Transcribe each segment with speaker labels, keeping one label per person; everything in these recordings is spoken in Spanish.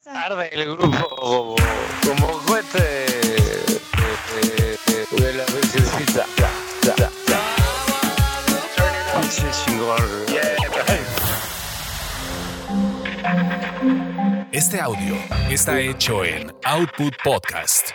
Speaker 1: sacar del grupo como, como cohete eh, eh, de la princesita. Ya, ya, ya. Ese chingón.
Speaker 2: Este audio está hecho en Output Podcast.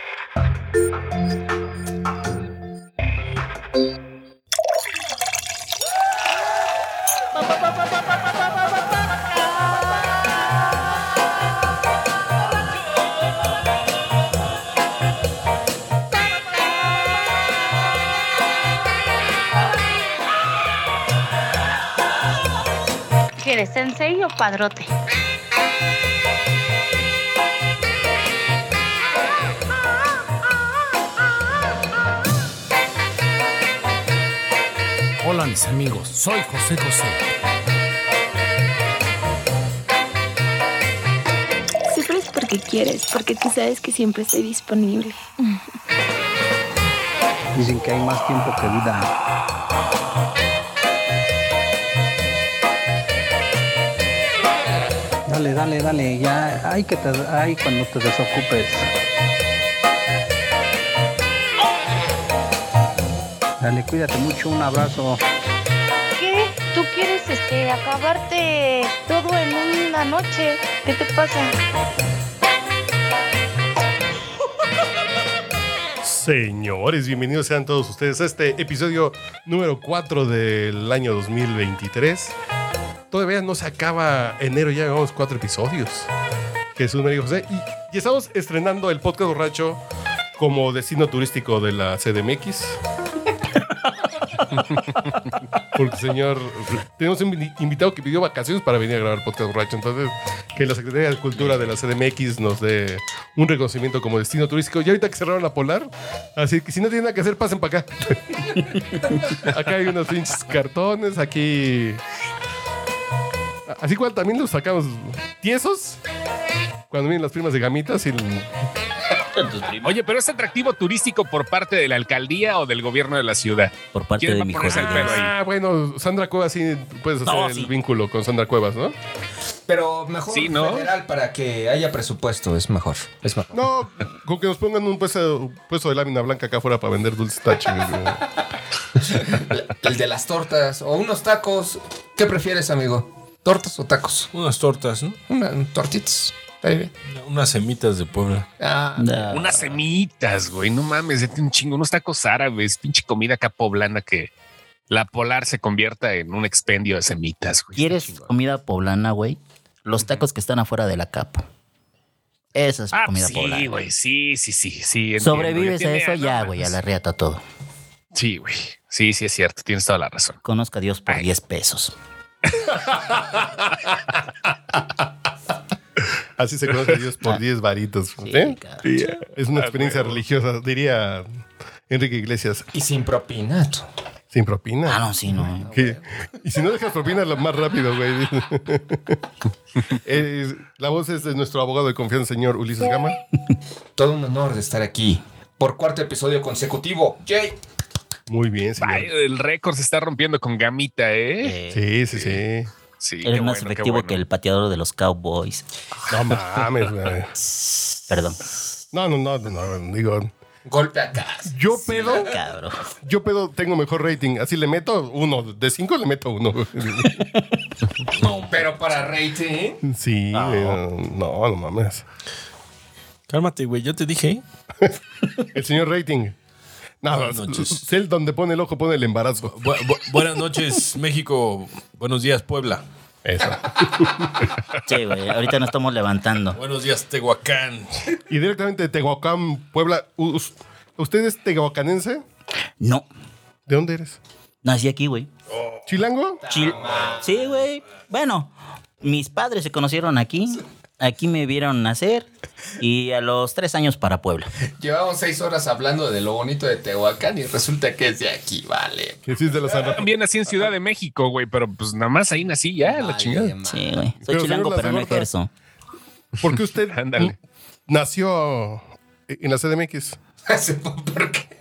Speaker 3: ¿Quieres sensei o padrote?
Speaker 2: Hola mis amigos, soy José José.
Speaker 4: Siempre es porque quieres, porque tú sabes que siempre estoy disponible.
Speaker 5: Dicen que hay más tiempo que vida. Dale, dale, dale, ya, ay que te, ay cuando te desocupes. Dale, cuídate mucho, un abrazo.
Speaker 3: ¿Qué? ¿Tú quieres este, acabarte todo en una noche? ¿Qué te pasa?
Speaker 6: Señores, bienvenidos sean todos ustedes a este episodio número 4 del año 2023. Todavía no se acaba enero, ya llevamos cuatro episodios. Jesús María José. Y, y estamos estrenando el podcast borracho como destino turístico de la CDMX. Porque, señor, tenemos un invi- invitado que pidió vacaciones para venir a grabar podcast borracho. Entonces, que la Secretaría de Cultura de la CDMX nos dé un reconocimiento como destino turístico. Y ahorita que cerraron la polar, así que si no tienen nada que hacer, pasen para acá. acá hay unos pinches cartones, aquí. Así cual también los sacamos tiesos. Cuando vienen las primas de gamitas y el-
Speaker 2: Oye, pero es atractivo turístico por parte de la alcaldía o del gobierno de la ciudad.
Speaker 7: por parte
Speaker 2: ¿Quién
Speaker 7: de
Speaker 2: va a
Speaker 7: mi
Speaker 2: ponerse
Speaker 7: José.
Speaker 2: el pelo ahí?
Speaker 6: Ah, bueno, Sandra Cuevas sí puedes hacer
Speaker 7: No,
Speaker 6: el
Speaker 7: sí.
Speaker 6: vínculo con Sandra Cuevas, ¿no?
Speaker 8: Pero mejor
Speaker 2: Sí, ¿no?
Speaker 8: federal para que haya presupuesto, es mejor. Es mejor.
Speaker 6: No, con que nos pongan un puesto, puesto de lámina blanca acá afuera para vender dulces tache.
Speaker 8: El de las tortas o unos tacos. ¿Qué prefieres, amigo? ¿Tortas o tacos?
Speaker 9: Unas tortas, ¿no?
Speaker 8: Una, tortitas. Está bien.
Speaker 9: Unas semitas de Puebla.
Speaker 8: Ah,
Speaker 7: No.
Speaker 2: Unas semitas, güey. No mames, ya tiene un chingo. Unos tacos árabes, pinche comida acá poblana que la polar se convierta en un expendio de semitas, güey.
Speaker 7: ¿Quieres comida poblana, güey? Los tacos que están afuera de la capa. Esa es
Speaker 2: Ah,
Speaker 7: comida
Speaker 2: sí,
Speaker 7: poblana.
Speaker 2: güey. Sí, sí, sí, sí. entiendo.
Speaker 7: Sobrevives
Speaker 2: Ya
Speaker 7: a
Speaker 2: tiene-
Speaker 7: eso
Speaker 2: ah, no
Speaker 7: ya,
Speaker 2: mames.
Speaker 7: güey, a la riata todo.
Speaker 2: Sí, güey. Sí, sí, es cierto. Tienes toda la razón.
Speaker 7: Conozca a Dios por
Speaker 2: Ay.
Speaker 7: 10 pesos.
Speaker 6: Así se conoce a Dios por 10 varitos.
Speaker 7: Ah. Sí,
Speaker 6: ¿eh?
Speaker 7: cabrón.
Speaker 6: Es una experiencia religiosa, diría Enrique Iglesias,
Speaker 8: y sin propinato.
Speaker 6: sin propina.
Speaker 7: Ah, no, sí, no.
Speaker 6: Que- y si no dejas propina, lo más rápido, güey. Es- la voz es de nuestro abogado de confianza, señor Ulises Gama.
Speaker 8: Todo un honor de estar aquí. Por cuarto episodio consecutivo. Jay.
Speaker 6: Muy bien,
Speaker 2: Ay,
Speaker 6: señor.
Speaker 2: el récord se está rompiendo con gamita, ¿eh?
Speaker 7: Eh,
Speaker 6: Sí, sí, sí.
Speaker 2: Sí.
Speaker 7: Eres más efectivo que el pateador de los Cowboys.
Speaker 6: No mames, güey.
Speaker 7: Perdón,
Speaker 6: No, no, no, no, no, digo.
Speaker 8: Golpe acá.
Speaker 6: Yo pedo,
Speaker 7: cabrón.
Speaker 6: yo pedo tengo mejor rating. Así le meto uno. De cinco le meto uno.
Speaker 8: Pero para rating.
Speaker 6: Sí, eh, no, no mames.
Speaker 9: Cálmate, güey, yo te dije.
Speaker 6: El señor rating. Nada,
Speaker 9: Buenas noches.
Speaker 6: el donde pone el ojo pone el embarazo.
Speaker 9: Bu- bu- buenas noches, México. Buenos días, Puebla.
Speaker 6: Eso.
Speaker 7: Sí, güey, ahorita nos estamos levantando.
Speaker 9: Buenos días, Tehuacán.
Speaker 6: Y directamente de Tehuacán, Puebla. u- us- ¿Usted es tehuacanense?
Speaker 7: No,
Speaker 6: ¿De dónde eres?
Speaker 7: nací aquí, güey.
Speaker 9: Oh.
Speaker 6: ¿Chilango?
Speaker 7: Chil- sí, güey. Bueno, mis padres se conocieron aquí. Aquí me vieron nacer. Y a los tres años para Puebla.
Speaker 8: Llevamos seis horas hablando de lo bonito de Tehuacán y resulta que es de aquí, vale.
Speaker 6: Que sí es de la San Rafael.
Speaker 2: También nací en Ciudad de México, güey, pero pues nada más ahí nací ya, la
Speaker 8: Vale,
Speaker 2: chingada.
Speaker 8: ma-
Speaker 7: Sí, güey. Soy
Speaker 6: Pero
Speaker 7: chilango,
Speaker 6: según las
Speaker 7: pero no
Speaker 6: gordas.
Speaker 7: ejerzo.
Speaker 6: ¿Por qué usted
Speaker 2: Ándale.
Speaker 6: nació en la CDMX?
Speaker 8: ¿Por qué?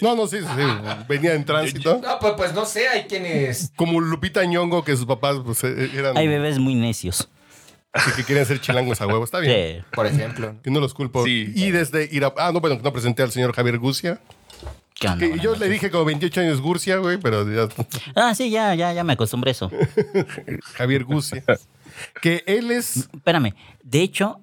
Speaker 6: No, no, sí, sí, sí, Venía en tránsito.
Speaker 8: No, pues, pues no sé, hay quienes
Speaker 6: Como Lupita Ñongo, que sus papás pues, eh, eran.
Speaker 7: Hay bebés muy necios.
Speaker 6: y que quieren ser chilangos a huevo. Está bien.
Speaker 7: Sí.
Speaker 8: Por ejemplo.
Speaker 6: Que no los culpo.
Speaker 2: Sí.
Speaker 6: Y desde Ira- Ah, no, bueno, no presenté al señor Javier Gurcia.
Speaker 7: ¿Qué onda?
Speaker 6: Que
Speaker 7: Buenas
Speaker 6: yo le
Speaker 7: noches.
Speaker 6: dije como 28 años Gurcia, güey, pero ya-
Speaker 7: Ah, sí, ya, ya, ya me acostumbré a eso.
Speaker 6: Javier Gurcia. que él es.
Speaker 7: Espérame. De hecho,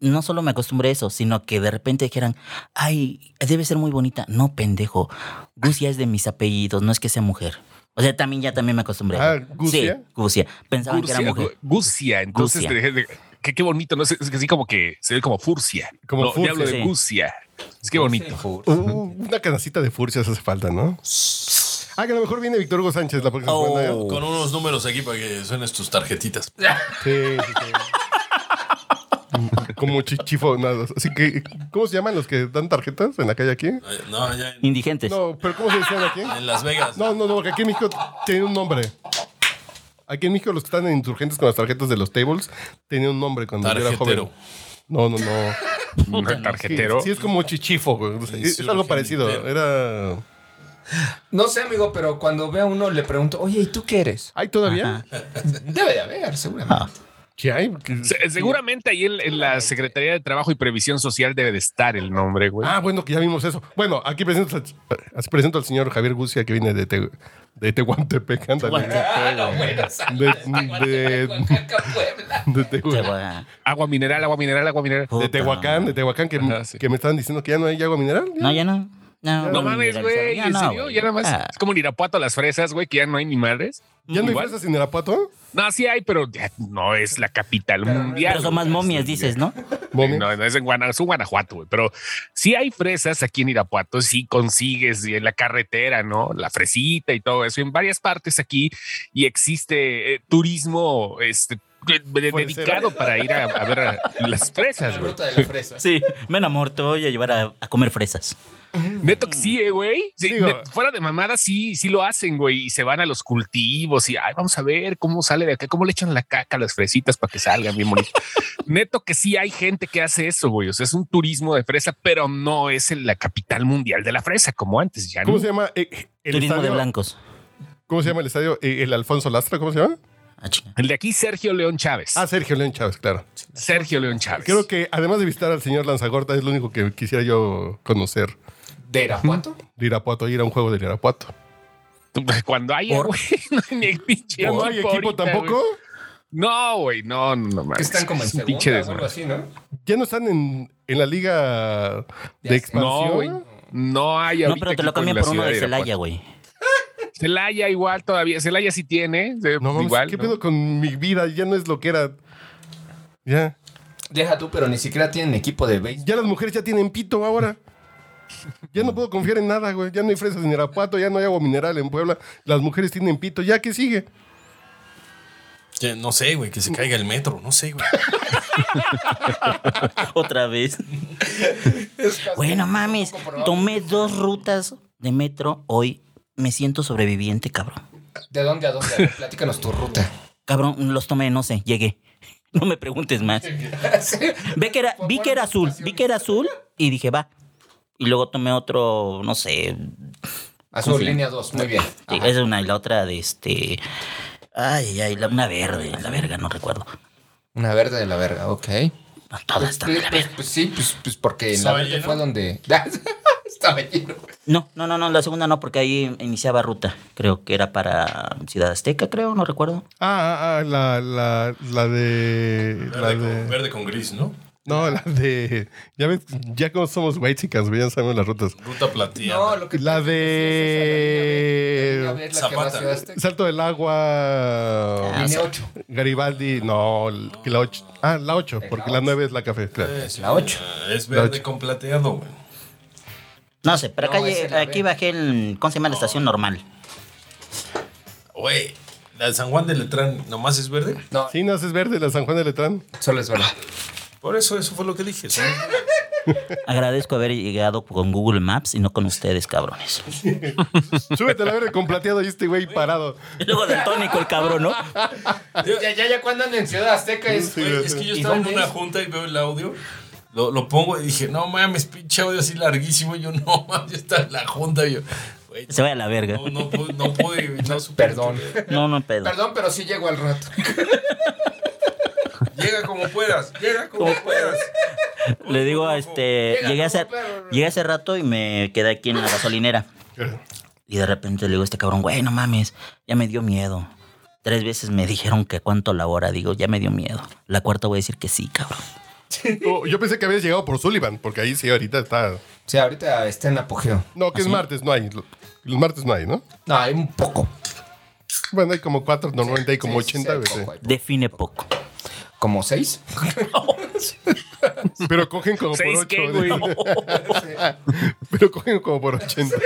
Speaker 7: no solo me acostumbré a eso, sino que de repente dijeran, ay, debe ser muy bonita. No, pendejo. Gucia es de mis apellidos, no es que sea mujer. O sea, también ya también me acostumbré.
Speaker 6: Ah,
Speaker 7: Sí,
Speaker 6: ¿Gucia?
Speaker 7: Gucia. Pensaban que era
Speaker 2: Gurcia,
Speaker 7: mujer.
Speaker 2: Gurcia, entonces
Speaker 7: Gurcia.
Speaker 2: te dije, que qué bonito, no sé, es que sí como que se ve como furcia.
Speaker 6: Como
Speaker 2: No,
Speaker 6: furcia,
Speaker 2: Diablo de
Speaker 7: sí.
Speaker 2: Gurcia. Es que bonito.
Speaker 6: Uh, una canacita de furcias hace falta, ¿no? Ah, que a lo mejor viene Víctor Hugo Sánchez la próxima
Speaker 7: Oh.
Speaker 6: semana.
Speaker 9: Con unos números aquí para que suenes tus tarjetitas.
Speaker 6: Sí, sí, sí. Como chi- chifonados. Así que, ¿cómo se llaman los que dan tarjetas en la calle aquí?
Speaker 9: Ay, No, ya en,
Speaker 7: Indigentes.
Speaker 6: No, pero ¿cómo se decían aquí?
Speaker 9: en Las Vegas.
Speaker 6: No, no, no, porque aquí en México tiene un nombre. Aquí en México los que están en insurgentes con las tarjetas de los tables tenían un nombre cuando yo era
Speaker 9: Tarjetero.
Speaker 6: joven. No, no, no.
Speaker 2: Tarjetero.
Speaker 6: Sí, sí es como chichifo, güey. O sea, Es, es algo parecido. Era.
Speaker 8: No sé, amigo, pero cuando veo a uno le pregunto, oye, ¿y tú qué eres?
Speaker 6: ¿Hay todavía?
Speaker 8: Debe de haber,
Speaker 7: Ah.
Speaker 8: seguramente.
Speaker 6: ¿Qué hay? ¿Qué-
Speaker 2: Se- Seguramente ahí en, en la Secretaría de Trabajo y Previsión Social debe de estar el nombre, güey.
Speaker 6: Ah, bueno, que ya vimos eso. Bueno, aquí presento, al- así presento al señor Javier Gucia que viene de, Te- de Tehuantepec. ándale.
Speaker 8: Ah, no, bueno,
Speaker 6: De- de-
Speaker 8: Oaxaca, Puebla.
Speaker 6: De,
Speaker 7: Te
Speaker 6: Tehu-
Speaker 7: voy a-
Speaker 2: Agua mineral, agua mineral, agua mineral.
Speaker 6: de Tehuacán, de Tehuacán, que,
Speaker 2: Ajá, sí.
Speaker 6: que me estaban diciendo que ya no hay agua mineral.
Speaker 7: No, ya no. No,
Speaker 2: No mames, güey.
Speaker 7: Ya
Speaker 2: ¿En
Speaker 7: no,
Speaker 2: serio?
Speaker 7: güey.
Speaker 2: Ya nada más.
Speaker 7: Ah,
Speaker 2: Es como en Irapuato las fresas, güey, que ya no hay ni madres.
Speaker 6: ¿Ya no hay
Speaker 2: Igual.
Speaker 6: fresas en Irapuato?
Speaker 2: No, sí hay, pero ya no es la capital mundial.
Speaker 7: pero son más
Speaker 2: güey.
Speaker 7: momias, dices, ¿no?
Speaker 6: Mami.
Speaker 2: No, no es en Guanajuato, es un Guanajuato, güey. Pero sí hay fresas aquí en Irapuato, sí consigues y en la carretera, ¿no? La fresita y todo eso. En varias partes aquí y existe eh, turismo este, de-
Speaker 6: Puede
Speaker 2: de-
Speaker 6: ser.
Speaker 2: dedicado para ir a, a ver a las fresas,
Speaker 8: La
Speaker 2: güey.
Speaker 8: ruta de la fresa.
Speaker 7: Sí, ven amor, te voy a llevar a, a comer fresas.
Speaker 2: Neto que sí, eh, güey. Sí,
Speaker 6: Digo-
Speaker 2: net- fuera de mamada, sí, sí lo hacen, güey. Y se van a los cultivos y ay, vamos a ver cómo sale de acá, cómo le echan la caca a las fresitas para que salgan bien bonito. Neto que sí hay gente que hace eso, güey. O sea, es un turismo de fresa, pero no es en la capital mundial de la fresa como antes. Ya
Speaker 6: ¿Cómo
Speaker 2: no.
Speaker 6: se llama? eh, el
Speaker 7: Turismo de
Speaker 6: estadio-
Speaker 7: blancos.
Speaker 6: ¿Cómo se llama el estadio? Eh, ¿El Alfonso Lastra? ¿Cómo se llama?
Speaker 7: Ah, chinga.
Speaker 2: El de aquí, Sergio León Chávez.
Speaker 6: Ah, Sergio León Chávez, claro.
Speaker 2: Sergio León Chávez.
Speaker 6: Creo que además de visitar al señor Lanzagorta, es lo único que quisiera yo conocer
Speaker 8: ¿De Irapuato?
Speaker 6: de Irapuato, ir a un juego de Irapuato.
Speaker 2: cuando hay,
Speaker 7: Por-
Speaker 2: güey, no hay ni pinche
Speaker 6: ¿No hay equipo
Speaker 2: ahorita,
Speaker 6: tampoco?
Speaker 2: güey. No, güey, no, no, no.
Speaker 8: Que
Speaker 2: mames.
Speaker 8: están como en
Speaker 2: Es un
Speaker 8: segunda
Speaker 2: pinche
Speaker 8: o algo
Speaker 2: desmadre.
Speaker 8: así, ¿no?
Speaker 6: ¿Ya no están en, en la liga de
Speaker 8: Ya
Speaker 6: expansión?
Speaker 2: No, güey. No hay
Speaker 7: No,
Speaker 2: ahorita
Speaker 7: pero te
Speaker 2: equipo
Speaker 7: lo
Speaker 2: en
Speaker 7: cambian
Speaker 2: la
Speaker 7: por uno
Speaker 2: ciudad
Speaker 7: de
Speaker 2: Irapuato.
Speaker 7: Celaya, güey.
Speaker 2: Celaya igual todavía. Celaya sí tiene. eh,
Speaker 6: No, mames,
Speaker 2: igual.
Speaker 6: ¿qué
Speaker 2: ¿no?
Speaker 6: pedo con mi vida? Ya no es lo que era. Ya.
Speaker 8: Deja tú, pero ni siquiera tienen equipo de béisbol.
Speaker 6: Ya las mujeres ya tienen pito ahora. Ya no puedo confiar en nada, güey. Ya no hay fresas en Irapuato, ya no hay agua mineral en Puebla. Las mujeres tienen pito. ¿Ya qué sigue?
Speaker 9: Que no sé, güey, que se caiga el metro. No sé, güey.
Speaker 7: Otra vez. Bueno, mames, tomé dos rutas de metro hoy. Me siento sobreviviente, cabrón.
Speaker 8: ¿De dónde a dónde? A ver, Platícanos tu ruta.
Speaker 7: Cabrón, los tomé, no sé, llegué. No me preguntes más. Ve que era, vi que era azul, vi que era azul y dije, va. Y luego tomé otro, no sé,
Speaker 8: Azul, línea 2, muy bien.
Speaker 7: Sí,
Speaker 8: Ajá.
Speaker 7: esa es una y la otra de este. Ay, ay, la, una verde, la verga, no recuerdo.
Speaker 8: Una verde de la verga, ok.
Speaker 7: No, todas están de la
Speaker 8: Pues,
Speaker 7: verga.
Speaker 8: pues sí, pues, pues porque en la
Speaker 9: ¿Estaba
Speaker 8: verde
Speaker 9: lleno?
Speaker 8: fue donde... Estaba lleno.
Speaker 7: No, no, no, no, la segunda no, porque ahí iniciaba ruta. Creo que era para Ciudad Azteca, creo, no recuerdo.
Speaker 6: Ah, ah, ah, la, la, la de. La
Speaker 9: Verde, con,
Speaker 6: de.
Speaker 9: verde con gris, ¿no?
Speaker 6: No, la de. Ya ves, ya como somos güey, chicas, güey, ya sabemos las rutas.
Speaker 9: Ruta platilla.
Speaker 8: No, lo que...
Speaker 6: La
Speaker 8: Sí, esa
Speaker 6: de.
Speaker 8: es esa, la línea verde, la que va
Speaker 9: Zapata.
Speaker 8: hacia Azteca.
Speaker 6: Salto del
Speaker 7: Ah,
Speaker 10: Ah.
Speaker 6: agua.
Speaker 8: Línea 8.
Speaker 6: Garibaldi. No, que la 8. Ah, la 8, porque la 9 es la café. claro.
Speaker 8: La 8.
Speaker 9: Es verde
Speaker 6: ocho.
Speaker 9: con plateado, güey.
Speaker 7: No sé, pero
Speaker 8: No,
Speaker 7: acá
Speaker 8: esa es
Speaker 7: lle-
Speaker 8: la
Speaker 7: aquí
Speaker 8: verde.
Speaker 7: bajé el. ¿Cómo se llama la estación normal?
Speaker 9: Güey, la de San Juan de Letrán nomás es verde.
Speaker 8: No,
Speaker 6: Sí, no, esa es verde, la San Juan de Letrán.
Speaker 8: solo es verde.
Speaker 9: Por eso, eso fue lo que dije. ¿sí?
Speaker 7: Agradezco haber llegado con Google Maps y no con ustedes, cabrones.
Speaker 6: Súbete a la verde con plateado y este güey parado.
Speaker 7: Y luego del tónico, el cabrón, ¿no?
Speaker 8: Ya, ya, ya, cuando andan en Ciudad Azteca es...
Speaker 9: Güey, es que yo
Speaker 8: ¿Y
Speaker 9: estaba en
Speaker 8: dónde
Speaker 9: una
Speaker 8: es?
Speaker 9: junta y veo el audio. Lo, lo pongo y dije, no mames, pinche audio así larguísimo. Y Yo no mames, yo estaba en la junta. Y yo, güey,
Speaker 7: Se vaya a la verga.
Speaker 9: no, no, pude, no pude, no supe.
Speaker 8: Perdón.
Speaker 7: No, no, pedo.
Speaker 8: Perdón, pero sí llego al rato.
Speaker 9: Llega como puedas, llega como puedas.
Speaker 7: Le digo, a este,
Speaker 9: Llega,
Speaker 7: llegué,
Speaker 9: no,
Speaker 7: hace,
Speaker 9: claro, no.
Speaker 7: llegué hace rato y me quedé aquí en la gasolinera. Y de repente le digo a este cabrón, güey, no mames, ya me dio miedo. Tres veces me dijeron que cuánto la hora, digo, ya me dio miedo. La cuarta voy a decir que sí, cabrón.
Speaker 6: Oh, yo pensé que habías llegado por Sullivan, porque ahí sí ahorita está.
Speaker 8: Sí, ahorita está en apogeo.
Speaker 6: No, que es martes, no hay. Los martes no hay, ¿no?
Speaker 8: No, hay un poco.
Speaker 6: Bueno, hay como cuatro, normalmente hay como
Speaker 8: Sí, sí,
Speaker 6: 80
Speaker 8: hay
Speaker 6: veces.
Speaker 8: poco, hay poco.
Speaker 7: Define poco.
Speaker 8: ¿Como seis?
Speaker 6: Pero cogen como por
Speaker 2: ¿Seis
Speaker 6: ocho.
Speaker 2: qué, güey?
Speaker 6: dice. Pero cogen como por 80.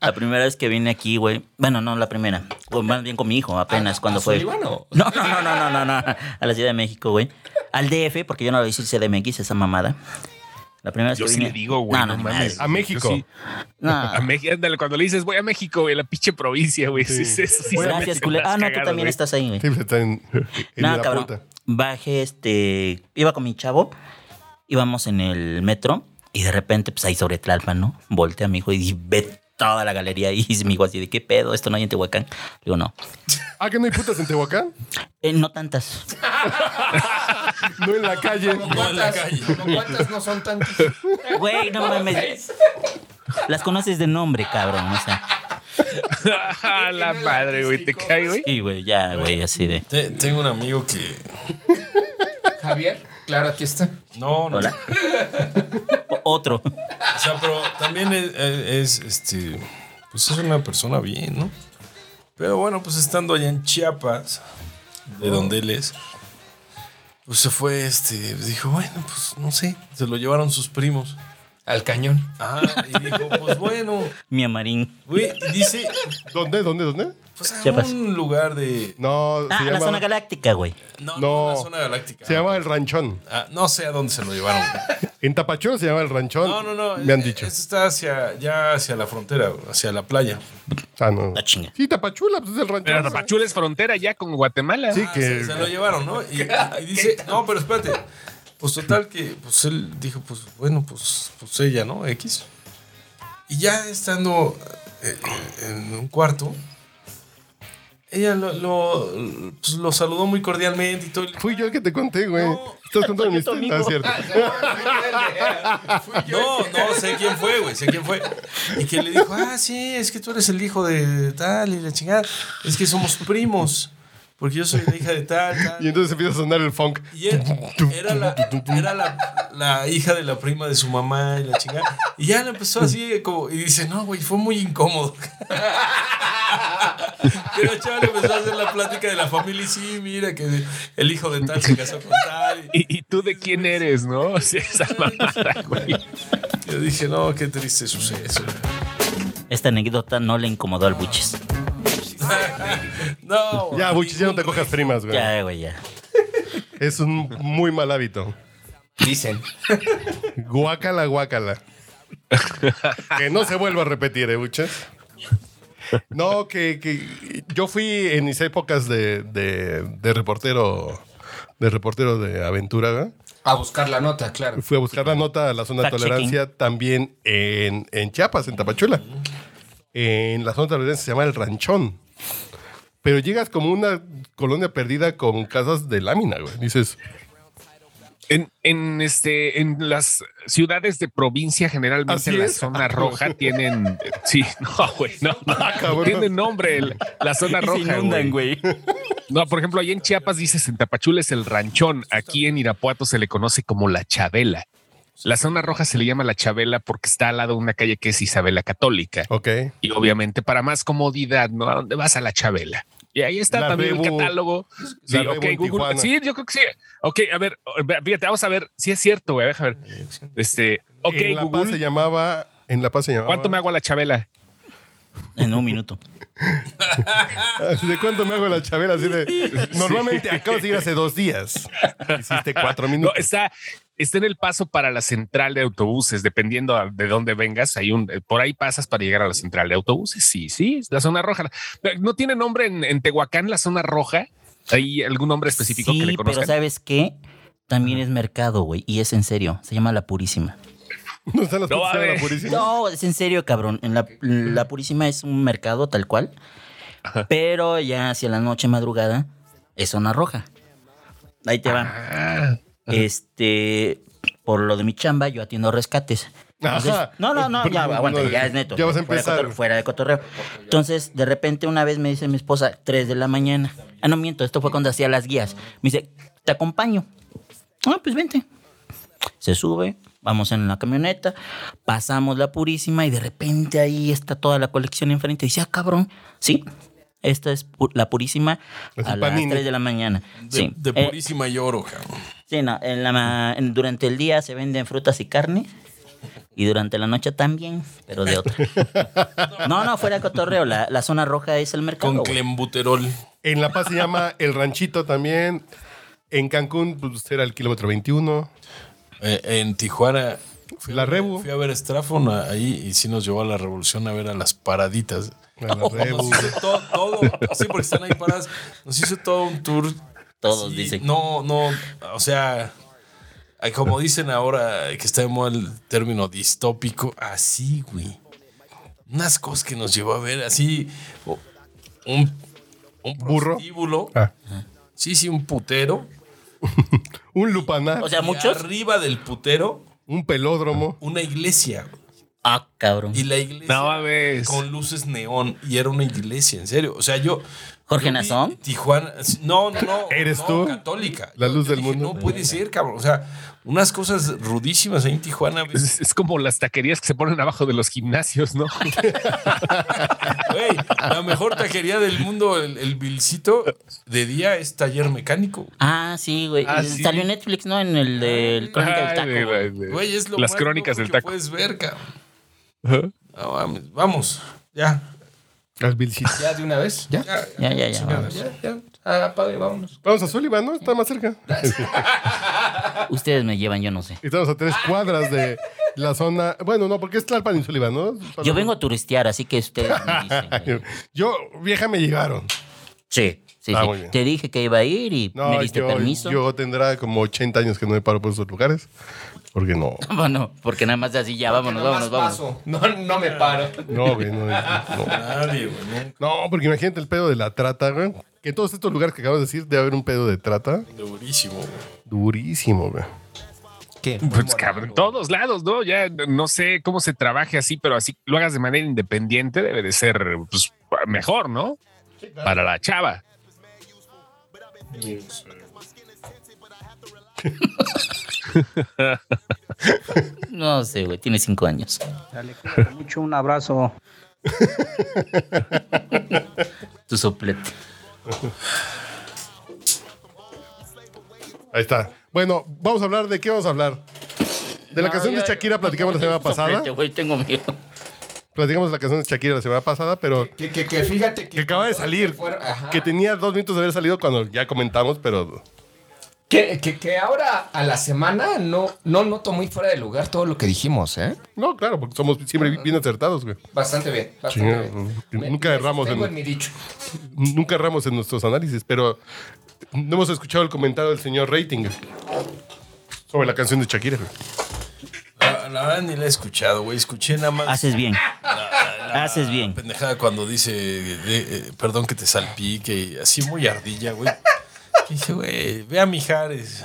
Speaker 7: La primera vez que vine aquí, güey. Bueno, no la primera. O más bien con mi hijo, apenas
Speaker 10: Ah,
Speaker 8: ¿A-
Speaker 7: cuando
Speaker 8: a
Speaker 7: fue.
Speaker 8: Sullivan o-
Speaker 7: No, no, no, no, no, no, no. A la Ciudad de México, güey. Al DF, porque yo no voy a decir CDMX, esa mamada. La primera vez
Speaker 2: Yo
Speaker 7: que
Speaker 2: sí
Speaker 7: vine.
Speaker 2: le digo, güey.
Speaker 7: No, Ah. no, ni madres.
Speaker 6: A México.
Speaker 2: Yo sí.
Speaker 7: No.
Speaker 2: A México, ándale, cuando le dices voy a México, güey, la pinche provincia, güey.
Speaker 6: Sí.
Speaker 2: sí, eso sí se me
Speaker 7: Gracias,
Speaker 2: hace
Speaker 7: culero.
Speaker 2: más
Speaker 7: Ah, no, tú
Speaker 2: cagado,
Speaker 7: también
Speaker 2: güey.
Speaker 7: estás ahí, güey.
Speaker 6: Sí, pues, está en, en
Speaker 7: No,
Speaker 6: la
Speaker 7: cabrón.
Speaker 6: punta.
Speaker 7: Bajé, este. Iba con mi chavo. Íbamos en el metro. Y de repente, pues ahí sobre Tlalpan, ¿no? Volteé a mi hijo y dije, ve toda la galería. Y mi hijo así de, ¿qué pedo? ¿Esto no hay en Tehuacán? Le digo, no.
Speaker 6: Ah, que no hay putas en Tehuacán.
Speaker 7: Eh, no tantas.
Speaker 6: No en la calle.
Speaker 8: ¿Como
Speaker 9: en la
Speaker 8: cuántas,
Speaker 9: calle.
Speaker 8: como cuántas no son tantas?
Speaker 7: Güey, no mames. Las conoces de nombre, cabrón. O sea,
Speaker 2: A Ah, la madre, güey. Te cae, güey.
Speaker 7: sí, güey, ya, güey, así de.
Speaker 9: Te- tengo un amigo que.
Speaker 8: Javier, claro, aquí está.
Speaker 9: No, no.
Speaker 7: Hola. O- Otro.
Speaker 9: O sea, pero también es, es, este. Pues es una persona bien, ¿no? Pero bueno, pues estando allá en Chiapas, de donde él es, pues se fue, este. Dijo, bueno, pues no sé. Se lo llevaron sus primos.
Speaker 8: Al cañón.
Speaker 9: Ah, y dijo, pues bueno.
Speaker 7: Mi amarín.
Speaker 9: Güey, dice,
Speaker 6: ¿Dónde? ¿Dónde? ¿Dónde?
Speaker 9: pues a
Speaker 7: Chiapas.
Speaker 9: un lugar de.
Speaker 6: No,
Speaker 7: Ah,
Speaker 6: se
Speaker 7: a la
Speaker 6: llama.
Speaker 7: zona galáctica, güey.
Speaker 9: No,
Speaker 6: No.
Speaker 9: no. la zona galáctica.
Speaker 6: se llama El Ranchón.
Speaker 9: Ah, no sé a dónde se lo llevaron. güey.
Speaker 6: En Tapachula se llama El Ranchón.
Speaker 9: No, no, no.
Speaker 6: Me han
Speaker 9: eh,
Speaker 6: dicho.
Speaker 9: Esto está hacia, ya hacia la frontera, güey, hacia la playa.
Speaker 6: Ah, no.
Speaker 7: La chinga.
Speaker 6: Sí, Tapachula, pues es el
Speaker 2: Pero
Speaker 6: Ranchón.
Speaker 2: Tapachula es frontera ya con Guatemala.
Speaker 6: Sí,
Speaker 9: Ah,
Speaker 6: que.
Speaker 9: se, se lo llevaron, ¿no? Y, y dice, no, pero espérate. Pues total que, pues él dijo, pues bueno, pues, pues ella, ¿no? X. Y ya estando eh, eh, en un cuarto, ella lo, lo, pues, lo saludó muy cordialmente y todo. y le-
Speaker 6: Fui yo el que te conté, güey.
Speaker 9: No.
Speaker 6: Estás contando mi historia. Ah, es cierto.
Speaker 9: No, no sé quién fue, güey, sé quién fue. Y que le dijo, ah, sí, es que tú eres el hijo de tal y la chingada. Es que somos primos, porque yo soy la hija de tal, tal.
Speaker 6: Y entonces empieza a sonar el funk.
Speaker 9: Y e- era, la, era la, la hija de la prima de su mamá y la chingada. Y ya le empezó así como, y dice, no, güey, fue muy incómodo. Y la chava le empezó a hacer la plática de la familia y sí, mira que el hijo de tal se casó con tal. Y
Speaker 2: ¿Y, y tú de quién eres, no? O sea, esa mamada, güey.
Speaker 9: yo dije, no, qué triste suceso.
Speaker 7: Esta anécdota no le incomodó al buches.
Speaker 9: No.
Speaker 6: Ya,
Speaker 9: güey,
Speaker 6: Buchis, ya no te cojas primas, güey.
Speaker 7: Ya, güey, ya.
Speaker 6: Es un muy mal hábito.
Speaker 8: Dicen.
Speaker 6: Guácala, guácala. que no se vuelva a repetir, ¿eh, Buches? No, que, que yo fui en mis épocas de, de, de reportero de reportero de aventura, ¿verdad?
Speaker 8: A buscar la nota, claro.
Speaker 6: fui a buscar la nota a la zona de
Speaker 7: Fact-checking.
Speaker 6: tolerancia también en, en Chiapas, en Tapachula. En la zona de tolerancia se llama El Ranchón. Pero llegas como una colonia perdida con casas de lámina, güey. Dices,
Speaker 2: En, en, este, en las ciudades de provincia, generalmente
Speaker 6: Así
Speaker 2: la
Speaker 6: es.
Speaker 2: zona roja tienen. Sí, no, güey, no.
Speaker 6: Ah, cabrón.
Speaker 2: Tiene nombre el- la zona
Speaker 7: Y se
Speaker 2: roja.
Speaker 7: inundan,
Speaker 2: güey.
Speaker 7: güey.
Speaker 2: No, por ejemplo, ahí en Chiapas dices en Tapachula es el ranchón. Aquí en Irapuato se le conoce como la Chabela. La zona roja se le llama la Chabela porque está al lado de una calle que es Isabela Católica.
Speaker 6: ok.
Speaker 2: Y obviamente para más comodidad, ¿no? ¿A dónde vas a la Chabela? Y ahí está
Speaker 6: La
Speaker 2: también el
Speaker 6: Bebo-
Speaker 2: catálogo. Sí,
Speaker 6: la Bebo
Speaker 2: ok,
Speaker 6: en
Speaker 2: Google.
Speaker 6: Tijuana.
Speaker 2: Sí, yo creo que sí. Ok, a ver, fíjate, vamos a ver si es cierto, güey. Deja ver. Este, ok,
Speaker 6: en La Paz se
Speaker 2: Google,
Speaker 6: llamaba... En La Paz se llamaba...
Speaker 2: ¿cuánto me hago a la Chabela? Ah,
Speaker 7: En un minuto.
Speaker 6: ¿De cuánto me hago la chavera? Así de, normalmente acabas de ir hace dos días. Hiciste cuatro
Speaker 2: No,
Speaker 6: minutos.
Speaker 2: está, está en el paso para la central de autobuses, dependiendo a- de dónde vengas. Hay un, eh, por ahí pasas para llegar a la central de autobuses. Sí, sí, es la zona roja. No tiene nombre en, en Tehuacán, la zona roja. ¿Hay algún nombre específico
Speaker 7: sí,
Speaker 2: que le
Speaker 7: pero
Speaker 2: conozcan?
Speaker 7: ¿sabes qué? También es mercado, güey. Y es en serio. Se llama La Purísima.
Speaker 6: No están las
Speaker 2: No,
Speaker 6: putas
Speaker 2: a
Speaker 6: de la
Speaker 2: ver.
Speaker 6: purísima.
Speaker 7: No, es en serio, cabrón. En la, la Purísima es un mercado tal cual. Pero ya hacia la noche madrugada es zona roja. Ahí te van.
Speaker 2: Ah,
Speaker 7: Este, por lo de mi chamba, yo atiendo rescates. Entonces-
Speaker 6: Ajá.
Speaker 9: pues,
Speaker 7: no, no, no,
Speaker 6: Pero-
Speaker 7: ya, aguanta,
Speaker 6: no,
Speaker 7: ya es neto.
Speaker 6: Ya vas a
Speaker 7: Fuera de
Speaker 6: empezar.
Speaker 7: cotorreo, Fuera de cotorreo. Entonces, de repente, una vez me dice mi esposa, 3 de la mañana. Ah, no miento, esto fue cuando hacía las guías. Me dice, te acompaño. Ah, pues vente. Se sube, vamos en la camioneta, pasamos la Purísima y de repente ahí está toda la colección enfrente. Dice, ah, cabrón, sí. Esta es pu- la Purísima
Speaker 6: Es
Speaker 7: a
Speaker 6: un
Speaker 7: las
Speaker 6: panini.
Speaker 7: 3 de la mañana.
Speaker 9: De,
Speaker 7: sí.
Speaker 9: de
Speaker 7: Eh,
Speaker 9: purísima lloro, cabrón.
Speaker 7: Sí, no, en la ma- en- durante el día se venden frutas y carne. Y durante la noche también, pero de otra. No, no, fuera de cotorreo. La, la zona roja es el mercado.
Speaker 9: Con
Speaker 7: güey.
Speaker 9: clembuterol.
Speaker 6: En La Paz se llama El Ranchito también. En Cancún, pues era el kilómetro 21.
Speaker 9: Eh, en Tijuana. fui a
Speaker 6: La
Speaker 9: ver-
Speaker 6: Rebu.
Speaker 9: Fui a ver Estrafón a- ahí y sí nos llevó a la revolución a ver a las paraditas.
Speaker 6: a la Rebu.
Speaker 9: Nos hizo pues, todo, todo, sí, porque están ahí paradas. Nos hizo todo un tour.
Speaker 7: Todos
Speaker 9: Sí,
Speaker 7: dicen.
Speaker 9: No, no, o sea, ay, como dicen ahora que está de moda el término distópico, así, güey. Unas cosas que nos llevó a ver, así, o- un, un
Speaker 6: Burro.
Speaker 9: prostíbulo.
Speaker 6: Ah,
Speaker 9: Sí, sí, un putero.
Speaker 6: un lupanar,
Speaker 7: O sea,
Speaker 9: Y
Speaker 7: muchos.
Speaker 9: Arriba del putero,
Speaker 6: un pelódromo.
Speaker 9: una iglesia. güey.
Speaker 7: Ah, cabrón.
Speaker 9: Y la iglesia.
Speaker 2: No mames.
Speaker 9: Con luces neón. Y era una iglesia, en serio. O sea, yo.
Speaker 7: Jorge
Speaker 9: yo vi
Speaker 7: Nazón.
Speaker 9: Tijuana. No, no, no.
Speaker 6: ¿Eres
Speaker 9: no,
Speaker 6: tú?
Speaker 9: Católica.
Speaker 6: La
Speaker 9: Yo-
Speaker 6: luz
Speaker 9: yo
Speaker 6: del
Speaker 9: dije,
Speaker 6: mundo.
Speaker 9: No puede ser, cabrón. O sea, unas cosas rudísimas ahí en Tijuana. güey.
Speaker 2: Es, es como las taquerías que se ponen abajo de los gimnasios, ¿no?
Speaker 9: Güey, la mejor taquería del mundo, el, el Vilcito, de día es taller mecánico.
Speaker 7: Ah, sí, güey.
Speaker 2: Ah,
Speaker 7: Eh,
Speaker 2: sí.
Speaker 7: Salió en Netflix, ¿no? En el del Crónica del
Speaker 2: Ay,
Speaker 7: Taco.
Speaker 2: güey,
Speaker 7: güey.
Speaker 2: güey.
Speaker 9: Güey, es lo
Speaker 2: las
Speaker 9: más
Speaker 2: crónicas
Speaker 9: loco
Speaker 2: del
Speaker 9: que
Speaker 2: taco.
Speaker 9: puedes ver, cabrón.
Speaker 2: Ajá.
Speaker 9: No mames, Vamos, ya.
Speaker 6: Al Vilchis.
Speaker 8: ¿Ya de una vez? ¿Ya?
Speaker 9: ya,
Speaker 7: Ya, ya, ya.
Speaker 9: chingados.
Speaker 7: vamos.
Speaker 8: Ya, ya. Ah, padre, vámonos.
Speaker 6: Vamos a Sullivan, ¿no? Está más cerca.
Speaker 9: Ah,
Speaker 7: Ustedes me llevan, yo no sé.
Speaker 6: Estamos a tres cuadras de la zona. Bueno, no, porque es Tlalpan y Sullivan, ¿no? Ah,
Speaker 7: Yo vengo a turistear, así que ustedes me dicen. güey.
Speaker 6: Yo, vieja, me llevaron.
Speaker 7: Sí, sí,
Speaker 6: Ah,
Speaker 7: sí.
Speaker 6: muy bien.
Speaker 7: Te dije que iba a ir y me
Speaker 6: No,
Speaker 7: diste
Speaker 6: yo,
Speaker 7: permiso.
Speaker 6: yo tendrá como 80 años que no me paro por esos lugares. Porque no.
Speaker 7: Bueno, porque nada más así ya, vámonos, vámonos, vámonos.
Speaker 8: paso. No, no me paro.
Speaker 6: No, güey, no, no.
Speaker 9: Ah, Nadie, güey. ¿no?
Speaker 6: No, porque imagínate el pedo de la trata, güey. Que en todos estos lugares que acabas de decir debe haber un pedo de trata.
Speaker 9: Durísimo, güey.
Speaker 6: Durísimo, güey.
Speaker 2: Pues cabrón, todos lados, ¿no? Ya no sé cómo se trabaje así, pero así lo hagas de manera independiente debe de ser pues, mejor, ¿no? Para la chava.
Speaker 7: No sé, güey, tiene cinco años.
Speaker 5: Dale, cuídate mucho, un abrazo.
Speaker 7: Tu soplete.
Speaker 6: Ahí está. Bueno, vamos a hablar de qué vamos a hablar. De la
Speaker 7: No,
Speaker 6: canción
Speaker 7: ya-
Speaker 6: de Shakira platicamos la semana
Speaker 7: Tu
Speaker 6: pasada.
Speaker 7: soplete, Este güey, tengo miedo.
Speaker 6: Platicamos la canción de Shakira la semana pasada, pero
Speaker 8: Que, que, que fíjate que.
Speaker 6: que acaba de salir.
Speaker 8: fuera- ajá.
Speaker 6: Que tenía dos minutos de haber salido cuando ya comentamos, pero
Speaker 8: Que, que, que ahora a la semana no, no noto muy fuera de lugar todo lo que dijimos, ¿eh?
Speaker 6: no, claro, porque somos siempre bien acertados, güey.
Speaker 8: Bastante bien. Bastante
Speaker 6: Chinga,
Speaker 8: bien. Me-
Speaker 6: nunca
Speaker 8: me
Speaker 6: erramos
Speaker 8: sostengo
Speaker 6: en-
Speaker 8: en mi dicho.
Speaker 6: Nunca erramos en nuestros análisis, pero no hemos escuchado el comentario del señor Rating güey, sobre la canción de Shakira. güey.
Speaker 9: La, la verdad ni la he escuchado, güey. Escuché nada
Speaker 8: Ah,
Speaker 9: más.
Speaker 7: Haces bien,
Speaker 9: la- la
Speaker 7: haces bien.
Speaker 9: Pendejada cuando dice, de- eh, perdón que te salpique, y así muy ardilla, güey. Que Dije, güey, ve a Mijares.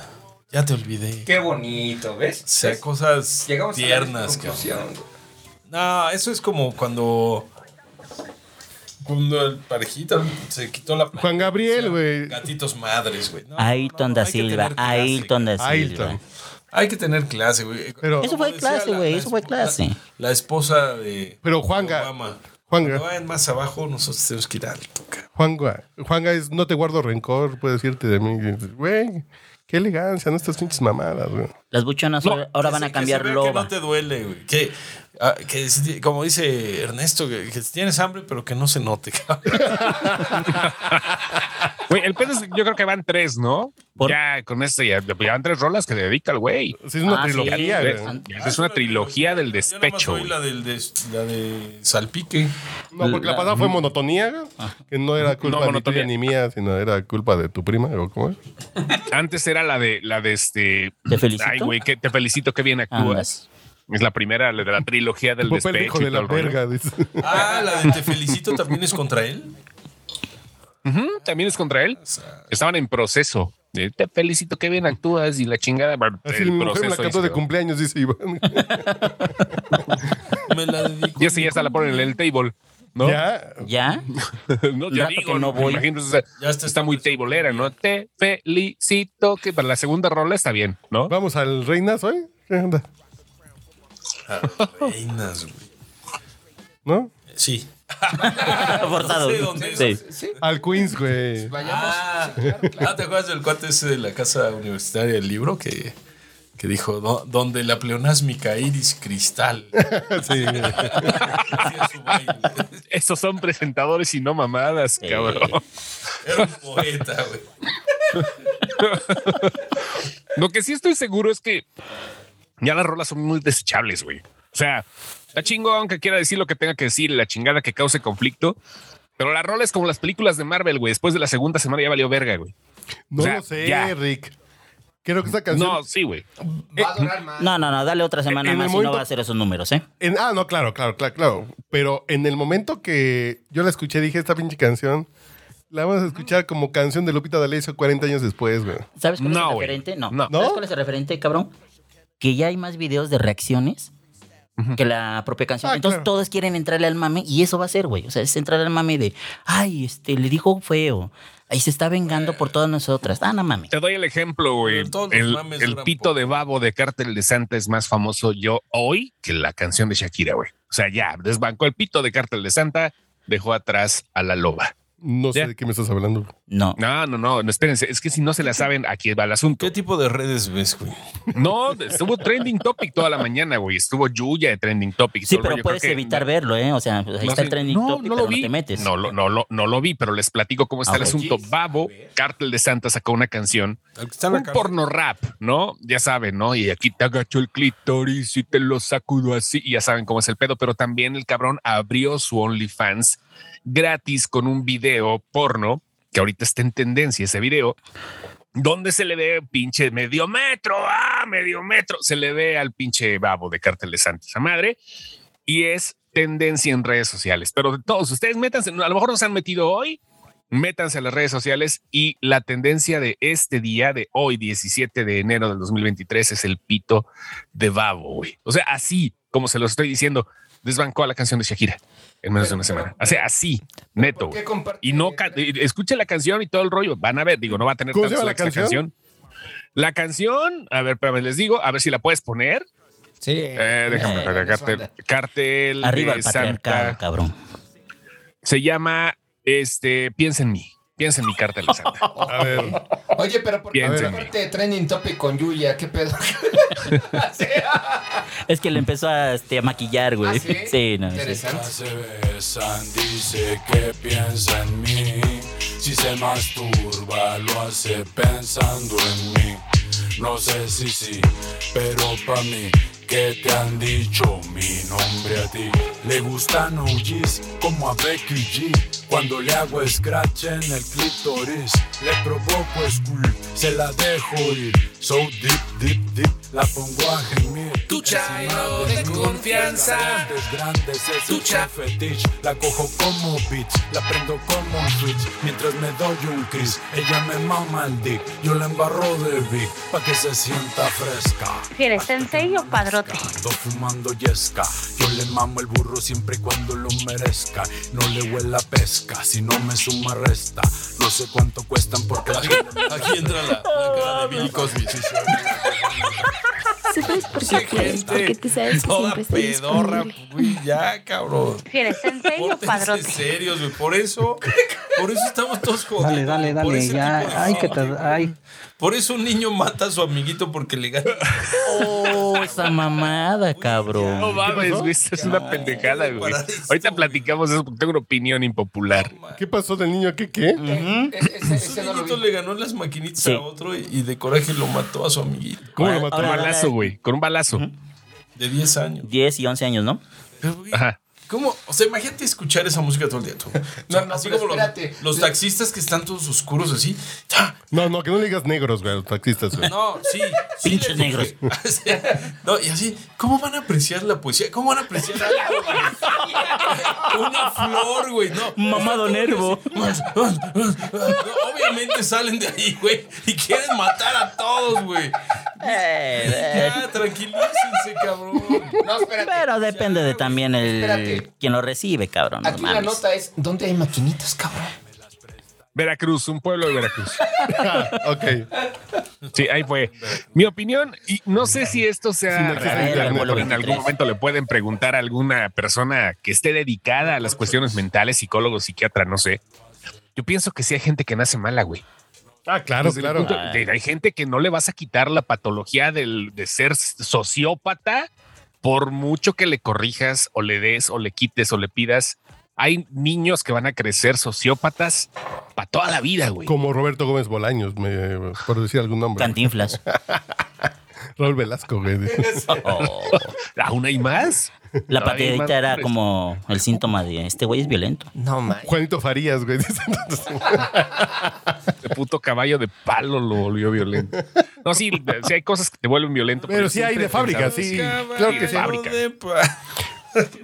Speaker 9: Ya te olvidé.
Speaker 8: Qué bonito, ¿ves?
Speaker 9: O sea,
Speaker 8: ¿Ves?
Speaker 9: cosas
Speaker 8: Llegamos a la
Speaker 9: tiernas,
Speaker 8: misma
Speaker 9: cabrón.
Speaker 8: conclusión. güey.
Speaker 9: No, Ah, eso es como cuando. Cuando el parejito se quitó la.
Speaker 6: Juan Gabriel, güey.
Speaker 9: Gatitos madres, güey. No,
Speaker 7: Ailton
Speaker 9: no,
Speaker 7: da
Speaker 9: hay que
Speaker 7: Silva,
Speaker 9: tener clase,
Speaker 7: Ailton da
Speaker 6: Ailton.
Speaker 7: Silva.
Speaker 9: Hay que tener clase, güey.
Speaker 6: Pero-
Speaker 7: Eso fue
Speaker 9: Como decía
Speaker 7: clase,
Speaker 9: la-
Speaker 7: güey,
Speaker 9: la
Speaker 7: eso fue
Speaker 9: esposa-
Speaker 7: clase.
Speaker 9: La esposa de
Speaker 6: Pero Juanga-
Speaker 9: Obama.
Speaker 6: Juanga.
Speaker 9: Cuando vayan más abajo, nosotros tenemos que ir alto, cabrón.
Speaker 6: Juanga, Juanga es no te guardo rencor, puedes irte de mí. Güey, qué elegancia, no estas pinches mamadas, güey.
Speaker 7: Las buchonas ahora- ahora van
Speaker 9: Que
Speaker 7: a
Speaker 9: se- que
Speaker 7: cambiar
Speaker 9: se vea Que
Speaker 7: loba.
Speaker 9: no te duele, güey. Que, ah, que si- como dice Ernesto, que, que si tienes hambre, pero que no se note, cabrón.
Speaker 2: Güey, el pedo es, yo creo que van tres, ¿no?
Speaker 7: ¿Por?
Speaker 2: Ya con este, ya, ya van tres rolas que le dedica al güey.
Speaker 6: Sí, es una
Speaker 7: Ah, sí,
Speaker 6: trilogía,
Speaker 7: güey.
Speaker 6: güey.
Speaker 2: Es una trilogía del despecho.
Speaker 9: Yo nada más oí la, del
Speaker 2: güey.
Speaker 9: des- la de Salpique.
Speaker 6: No, porque la pasada fue monotonía, güey, que no era culpa ni
Speaker 2: Ah. monotonía.
Speaker 6: tuya ni mía, sino era culpa de tu prima, o cómo es.
Speaker 2: Antes era la de la de este.
Speaker 7: Te felicito. Ah,
Speaker 2: Ay, güey, que te felicito, qué bien actúas. Es la primera la de la trilogía del
Speaker 6: Fue el hijo
Speaker 2: despecho. y
Speaker 6: de la
Speaker 2: todo el rollo.
Speaker 6: verga, dice.
Speaker 9: Ah, la de Te Felicito también es contra él.
Speaker 2: Ujú, También es contra él. Estaban en proceso. Eh, Te felicito, qué bien actúas y la chingada. br-
Speaker 6: Así
Speaker 2: el
Speaker 6: mi mujer me la
Speaker 2: proceso ahí
Speaker 6: cantó
Speaker 2: se
Speaker 6: de
Speaker 2: quedó.
Speaker 6: cumpleaños, dice Iván.
Speaker 9: Me la dedico.
Speaker 2: Y ese ya está la ponen en el table, ¿no?
Speaker 6: Ya.
Speaker 7: ¿Ya?
Speaker 2: no, ya
Speaker 7: Rato
Speaker 2: digo,
Speaker 7: que no
Speaker 2: no
Speaker 7: voy.
Speaker 9: Ya está,
Speaker 2: está muy tableera, ¿no? Te felicito que para la segunda rola está bien, ¿no?
Speaker 6: Vamos al Reinas hoy. ¿Qué onda?
Speaker 9: Reinas, güey.
Speaker 6: ¿No?
Speaker 9: Sí.
Speaker 7: Forzado.
Speaker 9: No sé dónde es.
Speaker 7: Sí.
Speaker 6: Al Queens, güey.
Speaker 8: Vayamos.
Speaker 9: Ah, ah, ¿te acuerdas del cuate ese de la casa universitaria del libro que, que dijo "Do- donde la pleonásmica iris cristal?
Speaker 6: Sí.
Speaker 9: Hacía su baile.
Speaker 2: Esos son presentadores y no mamadas, cabrón.
Speaker 9: Era un poeta, güey.
Speaker 2: Lo que sí estoy seguro es que ya las rolas son muy desechables, güey. O sea, la chingón que quiera decir lo que tenga que decir, la chingada que cause conflicto. Pero la rola es como las películas de Marvel, güey. Después de la segunda semana ya valió verga, güey.
Speaker 6: No
Speaker 2: O sea,
Speaker 6: lo sé,
Speaker 2: ya.
Speaker 6: Rick. Creo que esa canción.
Speaker 2: No, sí, güey.
Speaker 8: Va a durar más.
Speaker 7: No, no, no, dale otra semana
Speaker 6: En el
Speaker 7: más y
Speaker 6: momento-
Speaker 7: no va a hacer esos números, ¿eh?
Speaker 6: en- ah, no, claro, claro, claro, claro. Pero en el momento que yo la escuché, dije, esta pinche canción. La vamos a escuchar como canción de Lupita D'Alessio 40 años después, güey.
Speaker 7: ¿Sabes cuál es
Speaker 2: No,
Speaker 7: el
Speaker 2: güey.
Speaker 7: referente? No.
Speaker 2: No.
Speaker 7: ¿Sabes
Speaker 6: ¿No?
Speaker 7: cuál es el referente, cabrón? Que ya hay más videos de reacciones que la propia canción.
Speaker 6: Ah,
Speaker 7: Entonces
Speaker 6: claro.
Speaker 7: todos quieren entrarle al mame y eso va a ser, güey. O sea, es entrarle al mame de, ay, este, le dijo feo. Ahí se está vengando por todas nosotras. Ah, no mames.
Speaker 2: Te doy el ejemplo, güey.
Speaker 9: Pero todos los
Speaker 2: El,
Speaker 9: mames
Speaker 2: el
Speaker 9: duran
Speaker 2: pito
Speaker 9: poco.
Speaker 2: de babo de Cártel de Santa es más famoso yo hoy que la canción de Shakira, güey. O sea, ya desbancó el pito de Cártel de Santa, dejó atrás a la loba.
Speaker 6: No
Speaker 2: Ya.
Speaker 6: sé de qué me estás hablando.
Speaker 7: No.
Speaker 2: No, no, no, no, espérense. Es que si no se la saben, aquí va el asunto.
Speaker 9: ¿Qué tipo de redes ves, güey?
Speaker 2: No, estuvo trending topic toda la mañana, güey. Estuvo Yuya de trending topic. todo
Speaker 7: Sí,
Speaker 2: el
Speaker 7: pero
Speaker 2: rollo.
Speaker 7: puedes
Speaker 2: Creo que-
Speaker 7: evitar verlo, ¿eh? O sea, pues ahí
Speaker 2: No,
Speaker 7: está el
Speaker 2: sí.
Speaker 7: trending
Speaker 2: No,
Speaker 7: topic,
Speaker 2: no lo
Speaker 7: pero
Speaker 2: vi.
Speaker 7: no te metes.
Speaker 2: No, lo- no, lo- no lo vi, pero les platico cómo está
Speaker 7: Ah,
Speaker 2: el
Speaker 7: ok.
Speaker 2: asunto. Babo, Cártel de Santa sacó una canción,
Speaker 9: Al que está en la
Speaker 2: un
Speaker 9: cárcel.
Speaker 2: porno rap, ¿no? Ya saben, ¿no? Y aquí te agacho el clítoris y te lo sacudo así. Y ya saben cómo es el pedo, pero también el cabrón abrió su OnlyFans gratis con un video porno que ahorita está en tendencia ese video. donde se le ve pinche medio metro? Ah, medio metro. Se le ve al pinche babo de Cártel de Santa esa madre y es tendencia en redes sociales. Pero de todos ustedes, métanse, a lo mejor no se han metido hoy, métanse a las redes sociales y la tendencia de este día, de hoy, 17 de enero del 2023, es el pito de babo, güey. O sea, así como se lo estoy diciendo, desbancó a la canción de Shakira en menos de una semana. O sea, así, neto,
Speaker 8: ¿Por
Speaker 2: güey.
Speaker 8: qué comparte-
Speaker 2: Y no, ca- y escuche la canción y todo el rollo, van a ver, digo, no va a tener
Speaker 6: ¿Cómo se
Speaker 2: tantos
Speaker 6: llama la
Speaker 2: likes
Speaker 6: canción?
Speaker 2: La canción, a ver, espérame, les digo, a ver si la puedes poner.
Speaker 8: Sí.
Speaker 2: Eh, déjame
Speaker 7: Eh,
Speaker 2: ver, cartel, cartel
Speaker 7: Arriba
Speaker 2: de
Speaker 7: el
Speaker 2: Santa.
Speaker 7: patriarcado, cabrón.
Speaker 2: Se llama este, Piensa en mí. Piensa en mi cartel de Santa.
Speaker 6: A ver,
Speaker 8: Oye, pero ¿por qué
Speaker 2: Piensa en
Speaker 8: comparte trending topic con Yuya? ¿Qué pedo? Sí.
Speaker 7: Es que le empezó a, este, a maquillar, güey.
Speaker 8: ¿Ah, sí?
Speaker 7: Sí, no, sí.
Speaker 9: Ah,
Speaker 8: Interesante.
Speaker 1: Se besan, dice que piensa en mí. Si se masturba, lo hace pensando en mí. No sé si sí, pero pa' mí, que te han dicho mi nombre a ti? Le gustan OGs como a Becky G. Cuando le hago pues scratch en el clítoris, le provoco squirt, se la dejo ir. So deep, deep, deep, la pongo a gemir.
Speaker 9: Tu chairo de
Speaker 1: Encima mí,
Speaker 9: confianza.
Speaker 1: grandes, grandes, es
Speaker 9: Tu
Speaker 1: el
Speaker 9: cha-
Speaker 1: fetiche La cojo como bitch, la prendo como un switch Mientras me doy un kiss, ella me mama el dick Yo la embarro de big, pa' que se sienta fresca
Speaker 11: ¿Prefieres sensei o padrote?
Speaker 1: Ando fumando yesca, yo le mamo el burro siempre y cuando lo merezca No le huela pesca, si no me suma resta No sé cuánto cuestan porque...
Speaker 9: Aquí entra la, la cara de Bill Cosby.
Speaker 12: ¿Sabes por qué quieres? Porque tú sabes que
Speaker 9: Toda
Speaker 12: siempre estoy
Speaker 9: pedorra,
Speaker 12: disponible.
Speaker 9: güey. Ya, cabrón.
Speaker 11: ¿Prefieres sensei o
Speaker 9: Pórtense
Speaker 11: padrote?
Speaker 9: serios, güey. Por eso, por eso estamos todos jodidos.
Speaker 13: Dale, dale,
Speaker 9: Por
Speaker 13: dale.
Speaker 9: ese tipo de
Speaker 13: Ya, ay, que te.
Speaker 9: gente, güey.
Speaker 13: Ay,
Speaker 9: Por eso un niño mata a su amiguito porque le gana.
Speaker 7: Oh, esa mamada, cabrón.
Speaker 2: No mames, güey, esta es una pendejada, güey.
Speaker 9: para esto,
Speaker 2: Ahorita
Speaker 9: güey.
Speaker 2: platicamos eso porque tengo una opinión impopular.
Speaker 6: ¿qué pasó del niño? ¿Qué qué?
Speaker 8: E-, Ese- ese-
Speaker 9: Su
Speaker 8: ese no lo
Speaker 9: amiguito
Speaker 8: vi.
Speaker 9: le ganó las maquinitas
Speaker 7: Sí.
Speaker 9: a otro y, y de coraje lo mató a su amiguito
Speaker 6: ¿Cómo
Speaker 7: Ahora-
Speaker 6: lo mató?
Speaker 2: Con un
Speaker 7: ahora-
Speaker 2: balazo, güey, con un balazo.
Speaker 9: de 10 años.
Speaker 7: 10 y 11 años, ¿no?
Speaker 9: Pero, güey,
Speaker 2: Ajá.
Speaker 9: ¿Cómo? O sea, imagínate escuchar esa música todo el día. tú. O sea,
Speaker 8: No, no,
Speaker 9: así
Speaker 8: pero
Speaker 9: como
Speaker 8: espérate.
Speaker 9: los, los taxistas que están todos oscuros así. ¡Ah!
Speaker 6: No, no, que no le digas negros, güey, a los taxistas, güey.
Speaker 9: No, sí. sí
Speaker 7: Pinches
Speaker 9: les-
Speaker 7: negros.
Speaker 9: Así, no, y así, ¿cómo van a apreciar la poesía? ¿Cómo van a apreciar algo, güey? Una flor, güey. No.
Speaker 7: Mamado nervo.
Speaker 9: No, obviamente salen de ahí, güey, y quieren matar a todos, güey. Ya, tranquilícense, cabrón.
Speaker 8: No, espérate.
Speaker 7: Pero depende de también el
Speaker 8: Espérate.
Speaker 7: quien lo recibe, cabrón. no
Speaker 8: Aquí la
Speaker 7: mames.
Speaker 8: nota es, ¿dónde hay maquinitas, cabrón?
Speaker 2: Veracruz, un pueblo de Veracruz.
Speaker 6: Ah, ok.
Speaker 2: Sí, ahí fue. Mi opinión, y no sé si esto sea
Speaker 7: existe
Speaker 2: real, pero en
Speaker 7: internet, 23.
Speaker 2: algún momento le pueden preguntar a alguna persona que esté dedicada a las cuestiones mentales, psicólogo, psiquiatra, no sé. Yo pienso que sí hay gente que nace mala, güey.
Speaker 6: Ah,
Speaker 2: Pues
Speaker 6: claro, claro.
Speaker 2: Punto. De- Hay gente que no le vas a quitar la patología del, de ser sociópata por mucho que le corrijas o le des o le quites o le pidas. Hay niños que van a crecer sociópatas para toda la vida, güey.
Speaker 6: Como Roberto Gómez Bolaños, me- por decir algún nombre.
Speaker 7: Cantinflas.
Speaker 6: Raúl Velasco, güey.
Speaker 7: Oh.
Speaker 2: ¿Aún hay más?
Speaker 7: La
Speaker 2: No, hay más
Speaker 7: patadita era
Speaker 2: nombres.
Speaker 7: como el síntoma de este güey es violento.
Speaker 8: No, man.
Speaker 6: Juanito Farías, güey.
Speaker 2: Este puto caballo de palo lo volvió violento. No, sí, sí hay cosas que te vuelven violento.
Speaker 6: Pero sí hay
Speaker 2: siempre
Speaker 6: de
Speaker 2: he
Speaker 6: fábrica,
Speaker 2: pensado que
Speaker 6: sí.
Speaker 2: Y
Speaker 6: Claro
Speaker 2: de
Speaker 6: que sí.
Speaker 2: fábrica.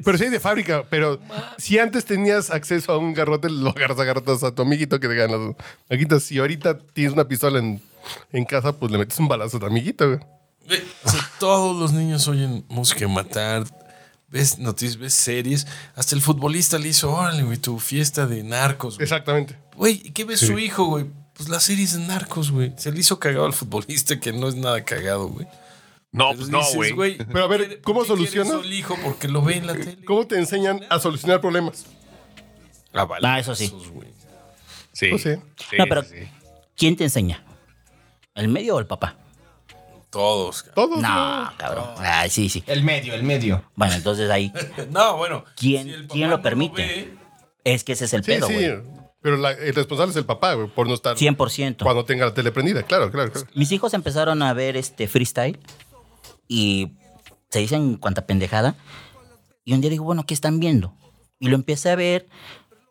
Speaker 6: Pero sí hay de fábrica. Pero si antes tenías acceso a un garrote, lo agarras a garrotas a tu amiguito que te ganas. Amiguito, si ahorita tienes una pistola en, en casa, pues le metes un balazo a tu amiguito, güey.
Speaker 9: Ve, o sea, todos los niños oyen música de matar, ves noticias, ves series. Hasta el futbolista le hizo, órale, güey, tu fiesta de narcos. Güey,
Speaker 6: Exactamente.
Speaker 9: Güey, ¿y ¿qué ve
Speaker 6: Sí.
Speaker 9: su hijo, güey? Pues las series de narcos, güey. Se le hizo cagado al futbolista, que no es nada cagado, güey.
Speaker 2: No, pues
Speaker 9: Entonces
Speaker 2: no,
Speaker 9: dices,
Speaker 2: güey.
Speaker 6: Pero a ver,
Speaker 9: ¿por qué-
Speaker 6: ¿cómo
Speaker 9: por qué quieres
Speaker 6: solucionas?
Speaker 9: al hijo porque lo ve en la tele.
Speaker 6: ¿Cómo te enseñan a solucionar problemas?
Speaker 9: Ah, vale.
Speaker 7: Ah, eso sí.
Speaker 9: güey.
Speaker 2: Sí.
Speaker 6: Pues sí.
Speaker 2: Sí,
Speaker 7: No, pero-
Speaker 2: sí.
Speaker 7: ¿Quién te enseña? ¿El medio o el papá?
Speaker 9: Todos. cabrón.
Speaker 6: Todos.
Speaker 7: No, cabrón. Ay, sí, sí.
Speaker 8: El medio, el medio.
Speaker 7: Bueno, entonces ahí
Speaker 9: No, bueno.
Speaker 7: ¿Quién-
Speaker 9: el papá
Speaker 7: quién lo
Speaker 9: no
Speaker 7: permite?
Speaker 9: ve,
Speaker 7: es que ese es el
Speaker 6: Sí,
Speaker 7: pedo,
Speaker 6: sí.
Speaker 7: güey.
Speaker 6: Pero la- el responsable es el papá, güey, por no estar
Speaker 7: 100%.
Speaker 6: cuando tenga la tele prendida. Claro, claro, claro.
Speaker 7: Mis hijos empezaron a ver este freestyle y se dicen cuanta pendejada. Y un día digo, bueno, ¿qué están viendo? Y lo empecé a ver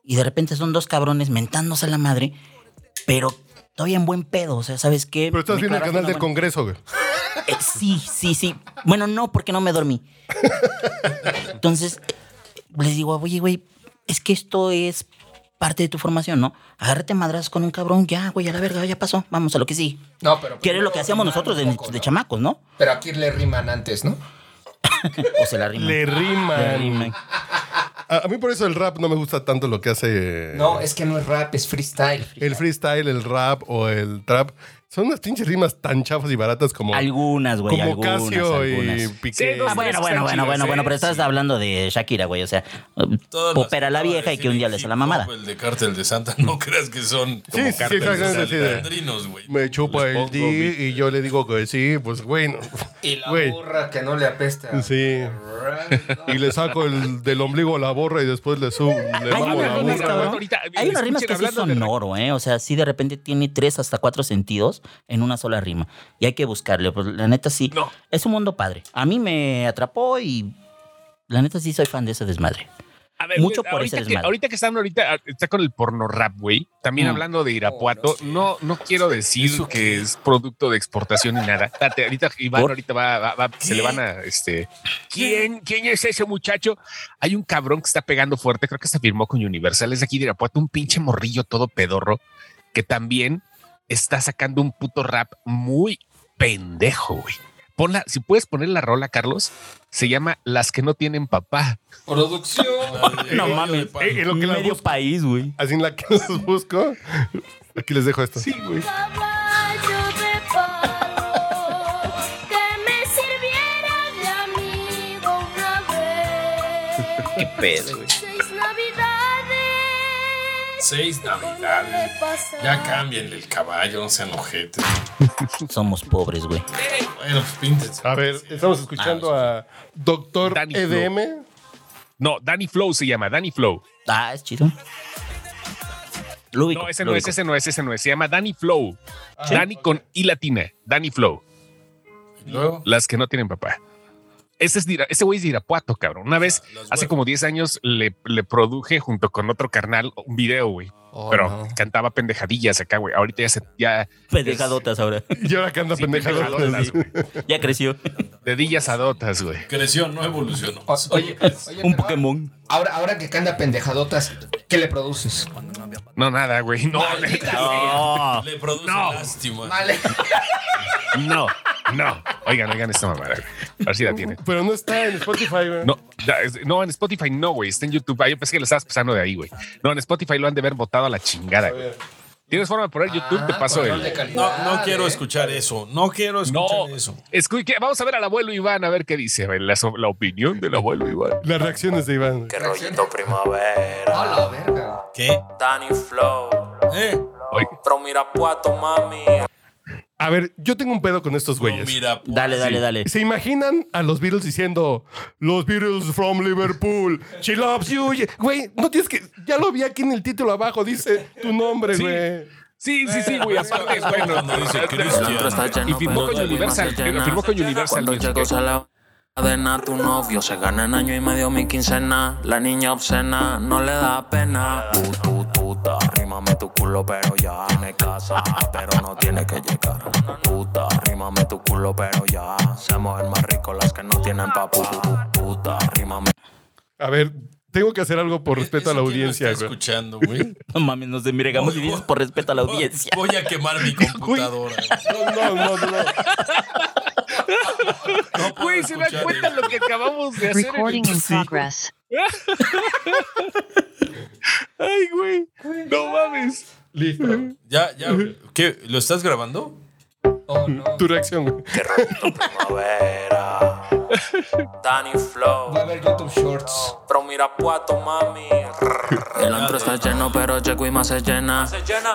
Speaker 7: y de repente son dos cabrones mentándose a la madre, pero todavía en buen pedo. O sea, ¿sabes qué?
Speaker 6: Pero estás
Speaker 7: Me
Speaker 6: viendo el
Speaker 7: clavaste
Speaker 6: canal
Speaker 7: una
Speaker 6: del
Speaker 7: buena-
Speaker 6: Congreso, güey.
Speaker 7: Eh, sí, sí, sí. Bueno, no, porque no me dormí. Entonces, eh, les digo, oye, güey, es que esto es parte de tu formación, ¿no? Agárrate madras con un cabrón, ya, güey, a la verga, ya pasó. Vamos a lo que sí.
Speaker 8: No, pero...
Speaker 7: Que era lo
Speaker 8: primero
Speaker 7: que hacíamos
Speaker 8: riman
Speaker 7: nosotros de,
Speaker 8: un poco,
Speaker 7: de
Speaker 8: ¿no?
Speaker 7: chamacos, ¿no?
Speaker 8: Pero aquí le riman antes, ¿no?
Speaker 7: O se la riman.
Speaker 6: Le riman.
Speaker 7: Le riman.
Speaker 6: A, a mí por eso el rap no me gusta tanto lo que hace
Speaker 8: No, es que no es rap, es freestyle.
Speaker 6: el freestyle, el rap o el trap. Son unas pinches rimas tan chafas y baratas como,
Speaker 7: Algunas, güey,
Speaker 6: como
Speaker 7: algunas,
Speaker 6: Casio
Speaker 7: algunas.
Speaker 6: y este, Piqué.
Speaker 2: Sí, no,
Speaker 7: Ah, bueno, bueno, bueno, bueno, bueno, pero estás hablando de Shakira, güey, o sea,
Speaker 9: todas las
Speaker 7: popera la
Speaker 9: que acaba
Speaker 7: vieja
Speaker 9: de
Speaker 7: y que un
Speaker 9: decir
Speaker 7: día
Speaker 9: el pues,
Speaker 7: le hace la
Speaker 9: hip
Speaker 7: mamada.
Speaker 9: hop, El de Cártel de Santa, no creas que son
Speaker 6: Sí, sí, sí, exactamente, sí, de-
Speaker 9: alejandrinos, güey.
Speaker 6: me chupa
Speaker 2: Les
Speaker 6: el
Speaker 2: pongo
Speaker 6: D
Speaker 2: beat.
Speaker 6: y yo le digo que sí, pues bueno.
Speaker 8: Y la
Speaker 6: Güey.
Speaker 8: burra que no le apesta.
Speaker 6: Sí. Y le saco el del ombligo la borra y después le subo, le
Speaker 7: Hay
Speaker 6: mamo
Speaker 7: unas
Speaker 6: la
Speaker 7: rimas,
Speaker 6: burra.
Speaker 7: cabrón.
Speaker 2: Ahorita,
Speaker 7: Hay unas rimas
Speaker 2: escuchen
Speaker 7: que sí
Speaker 2: hablando de-
Speaker 7: son oro, ¿eh? O sea, sí de repente tiene tres hasta cuatro sentidos en una sola rima. Y hay que buscarle, pues la neta sí.
Speaker 2: No.
Speaker 7: Es un mundo padre. A mí me atrapó y la neta sí soy fan de ese desmadre.
Speaker 2: A ver,
Speaker 7: Mucho
Speaker 2: güey,
Speaker 7: por
Speaker 2: ahorita
Speaker 7: ese
Speaker 2: que,
Speaker 7: desmadre.
Speaker 2: ahorita que están ahorita, ah, está con el porno rap, güey. También
Speaker 7: Mm.
Speaker 2: hablando de Irapuato, no, no quiero decir que es producto de exportación ni nada. Espérate, ahorita Iván
Speaker 7: ¿Por?
Speaker 2: ahorita va, va- va- se le van a este. ¿Quién, quién es ese muchacho? Hay un cabrón que está pegando fuerte, creo que se firmó con Universal, es de aquí de Irapuato, un pinche morrillo todo pedorro, que también está sacando un puto rap muy pendejo, güey. Ponla, si puedes poner la rola, Carlos, se llama Las que no tienen papá.
Speaker 8: Producción.
Speaker 7: No
Speaker 6: Eh,
Speaker 7: mames.
Speaker 6: eh, en lo que la
Speaker 7: Medio
Speaker 6: busco.
Speaker 7: país, güey.
Speaker 6: Así en la que los busco. Aquí les dejo esto.
Speaker 2: güey.
Speaker 4: Caballo de palo, que me sirviera de amigo una vez.
Speaker 7: Qué pedo, güey.
Speaker 4: Seis navidades.
Speaker 9: Seis navidades. Ya cámbienle el caballo, no sean ojetes.
Speaker 7: Somos pobres, güey.
Speaker 9: Bueno, pues píntense.
Speaker 6: A ver, estamos escuchando a Doctor E
Speaker 2: Danny Flow.
Speaker 6: EDM.
Speaker 2: No, Danny Flow se llama, Danny Flow.
Speaker 7: Ah, es chido. Lo ubico,
Speaker 2: No, ese
Speaker 7: lo
Speaker 2: no es,
Speaker 7: ubico.
Speaker 2: ese no es, ese no es. Se llama Danny Flow. Danny con I latina. Danny Flow.
Speaker 9: Y luego,
Speaker 2: Las que no tienen papá. Ese, es de Ira- ese güey es de Irapuato, cabrón. Una vez, hace como 10 años, le, le produje junto con otro carnal un video, güey.
Speaker 6: Oh,
Speaker 2: Pero
Speaker 6: no.
Speaker 2: cantaba pendejadillas acá, güey. Ahorita ya se... Ya,
Speaker 7: Pendejadotas ahora.
Speaker 6: Y ahora que anda
Speaker 2: Sí,
Speaker 6: pendejado.
Speaker 2: pendejadotas, güey.
Speaker 7: Ya creció.
Speaker 2: Dedillas adotas, güey.
Speaker 9: Creció, no evolucionó.
Speaker 8: O- oye, oye,
Speaker 7: Un
Speaker 8: pero
Speaker 7: Pokémon.
Speaker 8: Ahora, ahora que canta pendejadotas, ¿qué le produces?
Speaker 2: No, nada, güey. No, neta,
Speaker 7: No.
Speaker 9: Le produce
Speaker 2: No.
Speaker 9: lástima.
Speaker 8: Vale.
Speaker 2: no, no. Oigan, oigan esta mamada, güey. A ver si la tienen.
Speaker 6: Pero no está en Spotify, güey.
Speaker 2: No, ya, es- no, en Spotify no, güey. Está en YouTube. Ah, yo pensé que lo estabas pasando de ahí, güey. No, en Spotify lo han de haber votado a la chingada, güey. ¿Tienes forma de poner YouTube? te paso
Speaker 8: Ah, control de
Speaker 2: el.
Speaker 8: calidad,
Speaker 9: No, no quiero
Speaker 8: ¿eh?
Speaker 9: escuchar eso. No quiero
Speaker 2: No,
Speaker 9: escuchar eso.
Speaker 2: escu- que- vamos a ver al abuelo Iván a ver qué dice. A ver, la, so- la opinión del abuelo Iván.
Speaker 6: Las reacciones de Iván.
Speaker 10: Qué rollito primavera.
Speaker 8: A la verga.
Speaker 9: ¿Qué?
Speaker 10: Danny Flow.
Speaker 9: ¿Eh?
Speaker 2: Oye,
Speaker 10: From Irapuato, mami.
Speaker 6: A ver, yo tengo un pedo con estos
Speaker 9: No,
Speaker 6: güeyes.
Speaker 9: mira, pues,
Speaker 7: Dale, dale, dale.
Speaker 6: ¿Se imaginan a los Beatles diciendo los Beatles from Liverpool? She loves you. ye-". Güey, no tienes que. Ya lo vi aquí en el título abajo, dice tu nombre,
Speaker 2: Sí.
Speaker 6: güey.
Speaker 2: sí, sí, sí, güey. Aparte, bueno.
Speaker 9: cuando dice
Speaker 10: Otro
Speaker 9: Cristian.
Speaker 10: está lleno,
Speaker 2: Y firmó
Speaker 10: pero
Speaker 2: con
Speaker 10: de lima
Speaker 2: Universal.
Speaker 10: se llena.
Speaker 2: Firmó con Universal.
Speaker 10: Cuando
Speaker 2: Music.
Speaker 10: llegó a la cadena, tu novio se gana en año y medio mi quincena. La niña obscena no le da pena. Tú, tú, tú, ta, arrímame tu culo, pero ya tiene casa, pero no tiene que llegar. Tú, ta, arrímame tu culo, pero ya se mueven más rico las que no tienen papá. Tú, tú, ta, arrímame.
Speaker 6: A ver, tengo que hacer algo por respeto a la
Speaker 9: ¿Eso quién lo
Speaker 6: audiencia,
Speaker 9: está
Speaker 6: güey.
Speaker 9: escuchando, güey.
Speaker 7: No mames, nos desmiregamos y dices por respeto a la audiencia.
Speaker 9: Voy a quemar mi computadora.
Speaker 6: No, no, no, no.
Speaker 9: No puedo
Speaker 2: Güey, ¿se dan
Speaker 9: escuchar
Speaker 2: cuenta
Speaker 9: eso.
Speaker 2: lo que acabamos de hacer?
Speaker 3: Recording in progress.
Speaker 2: Ay, güey. No mames.
Speaker 6: Listo.
Speaker 9: Ya, ya. ¿Qué? ¿Lo estás grabando?
Speaker 6: Tu reacción, güey.
Speaker 10: Primavera. Danny Flow.
Speaker 8: Va a haber YouTube Shorts.
Speaker 10: Pero mira puato, mami. El antro está lleno, pero llego y más se llena.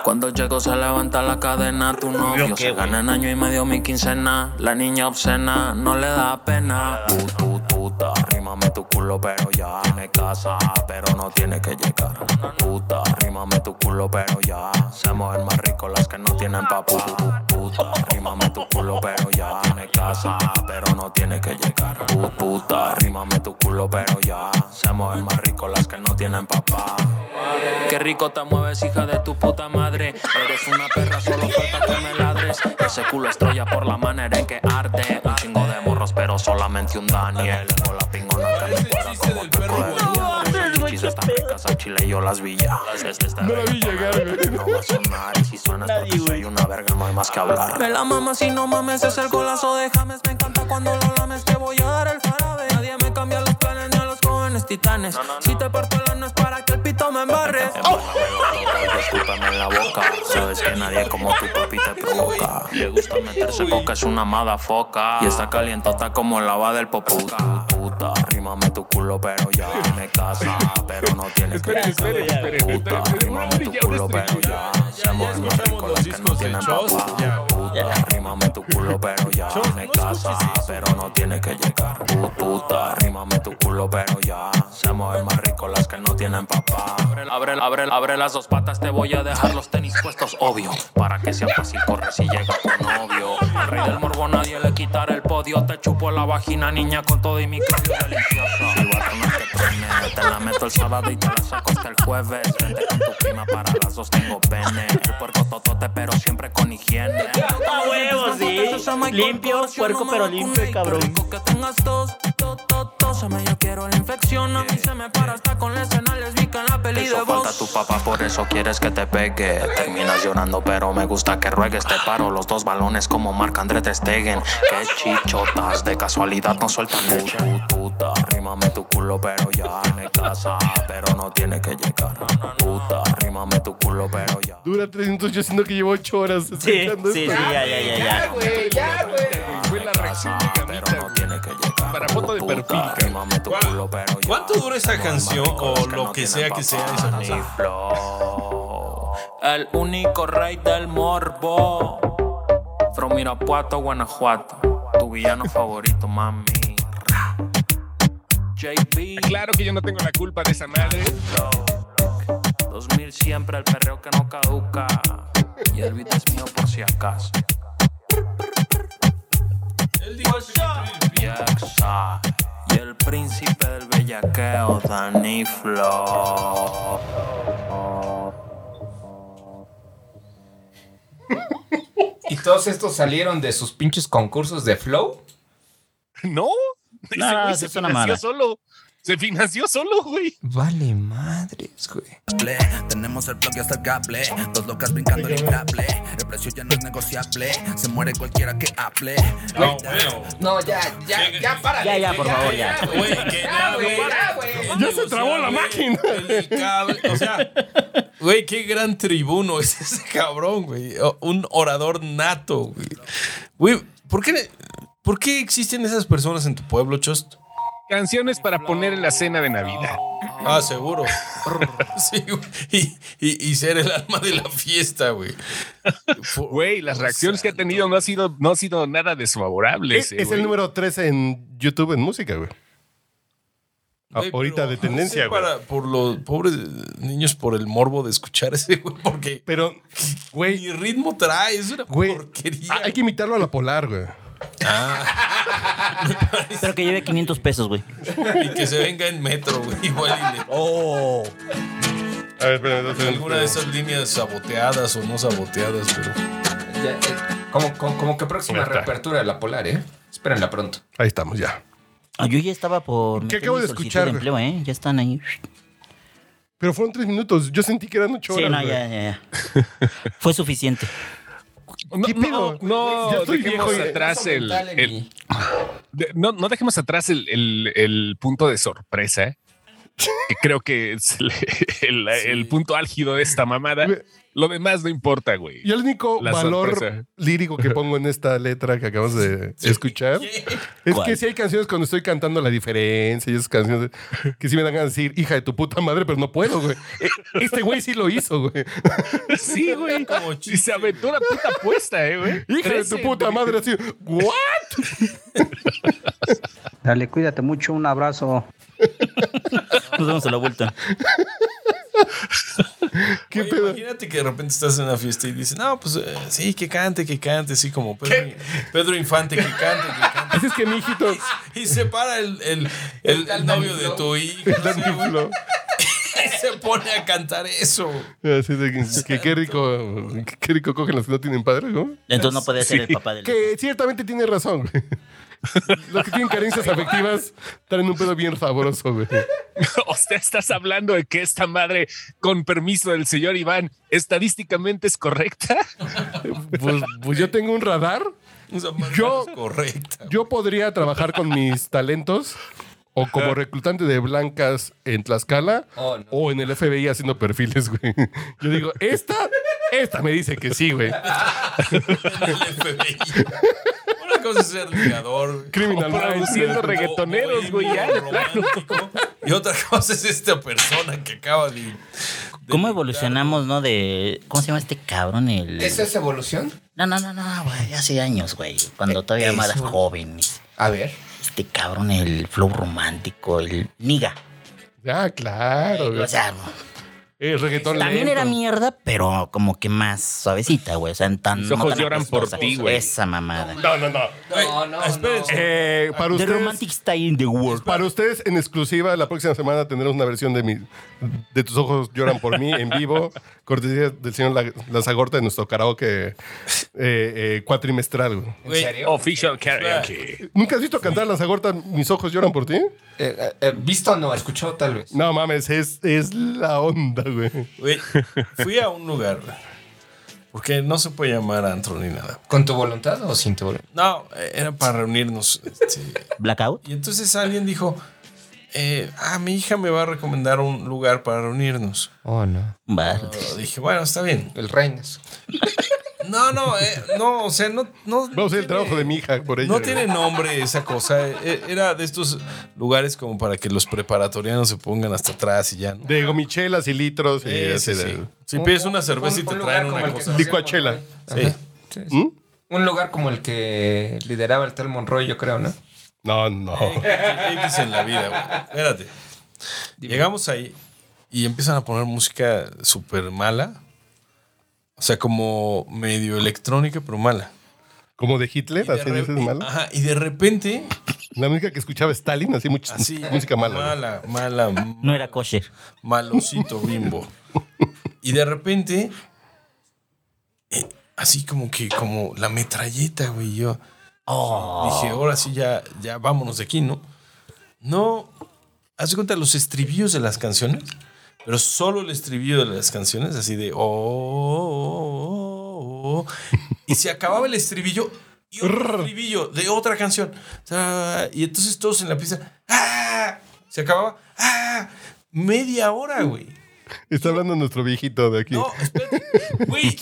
Speaker 10: Cuando llego se levanta la cadena. Tu novio se gana en año y medio mi quincena. La niña obscena no le da pena. Tú, tú, tú, ta, arrímame tu culo, pero ya tiene casa, pero no tiene que llegar. Tú, ta, arrímame tu culo, pero ya se mueven más rico las que no tienen papá. Tú, ta, arrímame tu culo, pero ya tiene casa, pero no tiene que llegar. Tú, tú, ta, arrímame tu culo, pero ya se mueven más rico las que no tienen papá. Qué rico te mueves, hija de tu puta madre. Eres una perra, solo falta que me ladres. Ese culo estrella por la manera en que arde. Un chingo de morros, pero solamente un Daniel. Con la pingona que me cuela
Speaker 9: chiste
Speaker 10: como
Speaker 9: del
Speaker 10: te
Speaker 9: perro
Speaker 10: puedo. Esas chichis están ricas, al chile yo las vi ya. Desde esta
Speaker 6: No la vi
Speaker 10: reggaetona
Speaker 6: llegar, güey.
Speaker 10: no va a sonar y si suena es porque soy una verga, no hay más que hablar. Me la mamas y no mames, es el golazo de James. Me encanta cuando lo lames, te voy a dar el jarabe. Nadie me cambia los planes ni a los jóvenes titanes. Si te parto el ano es para que el pito me embarres. Discúlpame en la boca, sabes que nadie como tu papi te provoca. Le gusta meterse boca, es una mada foca. Y está calientota como lava del poputa. Puta, rímame tu culo, pero ya me casa, pero no tiene que
Speaker 2: Esperen, esperen, esperen, esperen,
Speaker 10: Puta,
Speaker 2: esperen.
Speaker 10: rímame tu
Speaker 2: Ya,
Speaker 10: culo,
Speaker 2: ya,
Speaker 10: pero ya. Se
Speaker 9: Ya
Speaker 10: mueven más
Speaker 9: escuchamos
Speaker 10: rico
Speaker 9: los
Speaker 10: las que no
Speaker 9: discos de
Speaker 10: tienen
Speaker 9: Chos.
Speaker 10: papá.
Speaker 9: Ya.
Speaker 10: Puta, rímame tu culo, pero ya. Me casa, pero no tiene que llegar. Pu- Puta, rímame tu culo, pero ya. Se mueven más rico las que no tienen papá. Abre, abre, abre, abre las dos patas, te voy a dejar los tenis puestos, obvio. Para que sea fácil correr si llega tu novio. Al rey del morbo nadie le quitará el podio. Te chupo la vagina, niña, con todo y microbios delicioso. Si vas a tener que tener, te la meto el sábado y te la saco hasta el jueves. Vente con tu prima para las dos, tengo pene. El puerco totote, pero siempre con higiene.
Speaker 7: A huevo, sí. Limpio, puerco, pero limpio, cabrón.
Speaker 10: Que tengas tos, to, to, tósame, yo quiero la infección. A mí se me para hasta con la escena lésbica en la peli de falta tu papá, por eso quieres que te pegue. Terminas llorando, pero me gusta que ruegues. Te paro los dos balones como marca André Ter Stegen. Qué chichotas, de casualidad no sueltan el Tú, Puta, rímame tu culo, pero ya en casa, pero no tiene que llegar. Puta, rímame tu culo, pero ya.
Speaker 6: Dura 300, yo siento que llevo 8 horas
Speaker 7: Sí,
Speaker 6: escuchando
Speaker 7: sí, sí,
Speaker 6: esto.
Speaker 7: ya, ya, ya, ya.
Speaker 8: güey, ya, güey.
Speaker 2: Fue la reacción de Camita,
Speaker 10: Pero no
Speaker 2: güey.
Speaker 10: tiene que llegar.
Speaker 2: Para foto de
Speaker 10: Puta,
Speaker 2: perfil, cabrón.
Speaker 10: rímame tu culo, pero ya.
Speaker 9: ¿Cuánto dura esa canción o
Speaker 10: que
Speaker 9: lo
Speaker 10: no
Speaker 9: que
Speaker 10: tienen
Speaker 9: sea que sea
Speaker 10: papá
Speaker 9: esa
Speaker 10: ni
Speaker 9: canción?
Speaker 10: flow. El único rey del morbo. From Irapuato, Guanajuato. Tu villano favorito, mami. JP.
Speaker 2: Claro que yo no tengo la culpa de esa madre.
Speaker 10: Flow. 2000 siempre, el perreo que no caduca. Y el beat es mío por si acaso.
Speaker 9: Él dijo,
Speaker 10: Yexa.
Speaker 14: Y el príncipe del bellaqueo, Danny Flow.
Speaker 8: ¿Y todos estos salieron de sus pinches concursos de Flow?
Speaker 2: No. Ese
Speaker 8: No,
Speaker 2: güey
Speaker 8: esa
Speaker 2: se
Speaker 8: es una
Speaker 2: financió
Speaker 8: mala.
Speaker 2: solo. Se financió solo, güey.
Speaker 8: Vale, madres, güey.
Speaker 15: Ple, Tenemos el plug y hasta el cable. Dos locas brincando en el cable. El precio ya no es negociable. Se muere cualquiera que hable.
Speaker 8: No, No, ya, ya, ya, para.
Speaker 15: Ya, ya, por favor, ya.
Speaker 9: Güey, que ya, güey.
Speaker 6: Ya se trabó la máquina.
Speaker 9: O sea, güey, qué gran tribuno es ese cabrón, güey. O- Un orador nato, güey. Güey, ¿por qué, ¿por qué existen esas personas en tu pueblo, Chost?
Speaker 2: Canciones para poner en la cena de Navidad.
Speaker 9: Ah, seguro. sí, güey. Y, y- y ser el alma de la fiesta, güey.
Speaker 2: Güey, las reacciones que ha tenido no ha sido, no ha sido nada desfavorable.
Speaker 6: Es, es el número 3 en YouTube en música, güey. Ah,
Speaker 9: Güey,
Speaker 6: Ahorita
Speaker 9: pero
Speaker 6: de
Speaker 9: ha de
Speaker 6: tendencia,
Speaker 9: ser
Speaker 6: güey.
Speaker 9: para- por los pobres niños, por el morbo de escuchar ese, güey, porque.
Speaker 6: Pero, güey. ah,
Speaker 9: Mi ritmo trae, es una porquería.
Speaker 6: Hay que imitarlo a la polar, güey.
Speaker 7: Pero que lleve 500 pesos, güey.
Speaker 9: Y que se venga en metro, güey. Igual y le-
Speaker 6: A ver, espérame, dos segundos,
Speaker 9: Alguna de esas líneas saboteadas o no saboteadas, pero.
Speaker 8: Ya, eh, como, como, como que próxima
Speaker 9: Ya está.
Speaker 8: reapertura de la Polar, ¿eh? Espérenla pronto.
Speaker 6: Ahí estamos, ya.
Speaker 7: Ah, yo ya estaba por.
Speaker 6: ¿Qué
Speaker 7: meter
Speaker 6: acabo
Speaker 7: mi
Speaker 6: de
Speaker 7: solicitud
Speaker 6: escuchar,
Speaker 7: de empleo, ¿eh? Ya están ahí.
Speaker 6: Pero fueron tres minutos. Yo sentí que eran ocho
Speaker 7: Sí,
Speaker 6: horas.
Speaker 7: no,
Speaker 6: güey.
Speaker 7: ya, ya, ya. Fue suficiente.
Speaker 2: No, no, no,
Speaker 6: Ya estoy
Speaker 2: dejemos
Speaker 6: viejo y-
Speaker 2: atrás el,
Speaker 6: Mental en
Speaker 2: el- de- no, no dejemos atrás el, el- el punto de sorpresa, ¿eh? que creo que es el, el- el punto álgido de esta mamada. Lo demás no importa, güey.
Speaker 6: Yo el único
Speaker 2: La
Speaker 6: valor
Speaker 2: sorpresa.
Speaker 6: lírico que pongo en esta letra que acabamos de escuchar es
Speaker 2: ¿Cuál?
Speaker 6: que si hay canciones cuando estoy cantando la diferencia y esas canciones que sí me dan ganas de decir, hija de tu puta madre, pero no puedo, güey. E- Este güey sí lo hizo, güey.
Speaker 2: Sí, güey. Y se aventó una puta apuesta, eh, güey.
Speaker 6: Hija
Speaker 2: Trece,
Speaker 6: de tu puta
Speaker 2: güey.
Speaker 6: madre, así, ¿what?
Speaker 5: Dale, cuídate mucho, un abrazo.
Speaker 7: Nos vemos a la vuelta.
Speaker 9: Oye, Imagínate que de repente estás en una fiesta y dicen, no, pues eh, sí, que cante, que cante, así como Pedro, Pedro Infante, que cante, que cante.
Speaker 6: es que mi hijito.
Speaker 9: Y se para el, el, el- el novio de tu hija. así, güey, y se pone a cantar eso.
Speaker 6: Así de que, que qué rico, que qué rico cogen los que no tienen padre, ¿no?
Speaker 7: Entonces no podía ser el papá del-
Speaker 6: Que ciertamente tiene razón, güey. Los que tienen carencias afectivas traen un pedo bien sabroso, güey.
Speaker 2: O sea, estás hablando de que esta madre, con permiso del señor Iván, estadísticamente es correcta.
Speaker 6: Pues, pues yo tengo un radar. Yo, yo podría trabajar con mis talentos o como reclutante de blancas en Tlaxcala o en el FBI haciendo perfiles, güey. Yo digo, esta, esta me dice que sí, güey.
Speaker 9: Una cosa es ser ligador. güey.
Speaker 6: Criminal
Speaker 9: O
Speaker 2: Produciendo
Speaker 9: o-
Speaker 2: reggaetoneros,
Speaker 9: o
Speaker 2: güey, ya, de
Speaker 9: emo romántico. Y otra cosa es esta persona que acaba de.
Speaker 7: ¿Cómo evolucionamos, no? De. ¿Cómo se llama este cabrón? El.
Speaker 8: ¿Esa es evolución?
Speaker 7: No, no, no, no, güey. Hace años, güey. Cuando todavía más
Speaker 8: eso.
Speaker 7: joven.
Speaker 8: A ver.
Speaker 7: Este cabrón, el flow romántico, el niga.
Speaker 6: Ah, claro, güey.
Speaker 7: O sea,
Speaker 6: El reggaetón
Speaker 7: También
Speaker 6: lento.
Speaker 7: era mierda, pero como que más suavecita, güey. O sea, en tan.
Speaker 6: Mis
Speaker 7: no
Speaker 6: ojos
Speaker 7: tan
Speaker 6: lloran por
Speaker 7: apestosa.
Speaker 6: ti, güey.
Speaker 7: Esa mamada.
Speaker 6: No, no, no.
Speaker 8: No, no,
Speaker 9: espérense.
Speaker 6: Eh, para
Speaker 7: The
Speaker 6: ustedes,
Speaker 7: Romantic Style in the World.
Speaker 6: Para ustedes, en exclusiva, la próxima semana tendremos una versión de mi, de tus ojos lloran por mí en vivo, cortesía del señor La- Lazagorta de nuestro karaoke eh, eh, cuatrimestral. güey.
Speaker 9: Güey,
Speaker 2: Official karaoke.
Speaker 6: ¿Nunca has visto cantar Lazagorta Mis ojos lloran por ti?
Speaker 8: Eh, visto no, escuchado tal vez.
Speaker 6: No mames, es, es la onda, güey.
Speaker 9: Güey, fui a un lugar. güey, Porque no se puede llamar antro ni nada.
Speaker 8: ¿Con tu voluntad o sin tu voluntad?
Speaker 9: No, eh, era para reunirnos. este,
Speaker 7: Blackout.
Speaker 9: y entonces alguien dijo: eh, Ah, mi hija me va a recomendar un lugar para reunirnos.
Speaker 8: Oh, no.
Speaker 7: Ah.
Speaker 9: Yo dije, bueno, está bien.
Speaker 8: El Reinas.
Speaker 9: No, no, eh, no, o sea, no. no
Speaker 6: Vamos a hacer el trabajo de mi hija por ella.
Speaker 9: No
Speaker 6: güey.
Speaker 9: tiene nombre esa cosa. eh, eh, Era de estos lugares como para que los preparatorianos se pongan hasta atrás y ya. ¿no?
Speaker 6: De gomichelas y litros. Y
Speaker 9: Eh, sí,
Speaker 6: así
Speaker 9: sí.
Speaker 6: de-
Speaker 9: Si pides una cerveza y
Speaker 8: un
Speaker 9: te
Speaker 8: lugar
Speaker 9: traen
Speaker 8: como
Speaker 9: una
Speaker 8: el que
Speaker 9: cosa.
Speaker 6: Licuachela.
Speaker 9: Sí.
Speaker 8: Un lugar como el que lideraba el tal Monroy, yo creo, ¿no?
Speaker 6: No, no.
Speaker 9: eh, X en la vida, güey. Espérate. Llegamos ahí y empiezan a poner música súper mala. O sea, como medio electrónica, pero mala.
Speaker 6: Como de Hitler,
Speaker 9: Y de
Speaker 6: así
Speaker 9: re-
Speaker 6: dices, malo.
Speaker 9: Ajá, y de repente
Speaker 6: La música que escuchaba Stalin, así mucha
Speaker 9: Así,
Speaker 6: música mala. güey.
Speaker 9: Mala, mala.
Speaker 7: No era kosher.
Speaker 9: Malocito bimbo. Y de repente, eh, así como que, como la metralleta, güey. Yo dije, ahora sí, ya, ya vámonos de aquí, ¿no? No, haz de cuenta los estribillos de las canciones, pero solo el estribillo de las canciones, así de, oh, oh, oh, oh, oh. y se acababa el estribillo. Y otro estribillo de otra canción. O sea, Y entonces todos en la pista. ¡ah! Se acababa. ¡ah! Media hora, güey.
Speaker 6: Está hablando nuestro viejito de aquí.
Speaker 9: No, espérate. Güey,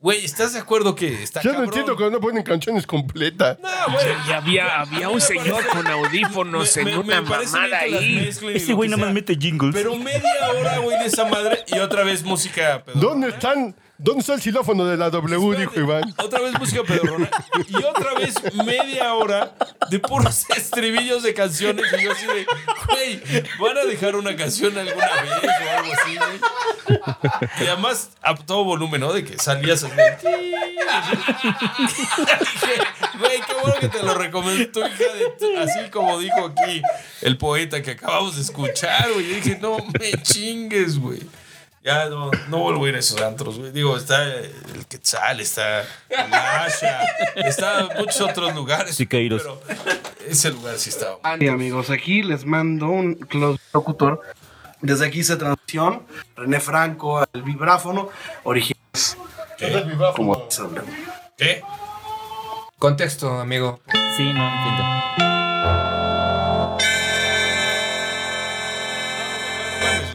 Speaker 9: güey, ¿estás de acuerdo que está
Speaker 6: ya no
Speaker 9: cabrón?
Speaker 6: entiendo que no ponen canciones completas.
Speaker 9: No, güey.
Speaker 2: Y había, había un señor con audífonos en una
Speaker 9: parece bien
Speaker 2: mamada
Speaker 9: que las mezclen
Speaker 2: ahí.
Speaker 9: y
Speaker 7: Ese
Speaker 9: lo
Speaker 7: Este güey
Speaker 9: que
Speaker 7: no me
Speaker 9: sea,
Speaker 7: mete jingles.
Speaker 9: Pero media hora, güey, de esa madre y otra vez música pedorrona.
Speaker 6: ¿Dónde están? ¿Dónde está el xilófono de la W? Dijo Iván.
Speaker 9: Otra vez música pedorrona y otra vez media hora de puros estribillos de canciones. Y yo así de, güey, ¿van a dejar una canción alguna vez o algo así, güey? Y además a todo volumen, ¿no? De que salías así. de, Dije, Güey, qué bueno que te lo recomendó tu hija, de tu- así como dijo aquí el poeta que acabamos de escuchar, güey. Yo dije, no me chingues, güey. Ya no, no vuelvo a ir a esos antros, güey. Digo, está el Quetzal, está Lasha, está en muchos otros lugares.
Speaker 7: Siqueiros.
Speaker 9: Pero ese lugar sí estaba.
Speaker 16: Y amigos, aquí les mando un close locutor. Desde aquí se transición René Franco al vibráfono, originales como
Speaker 9: ¿Qué?
Speaker 8: Contexto, amigo.
Speaker 7: Sí, no entiendo.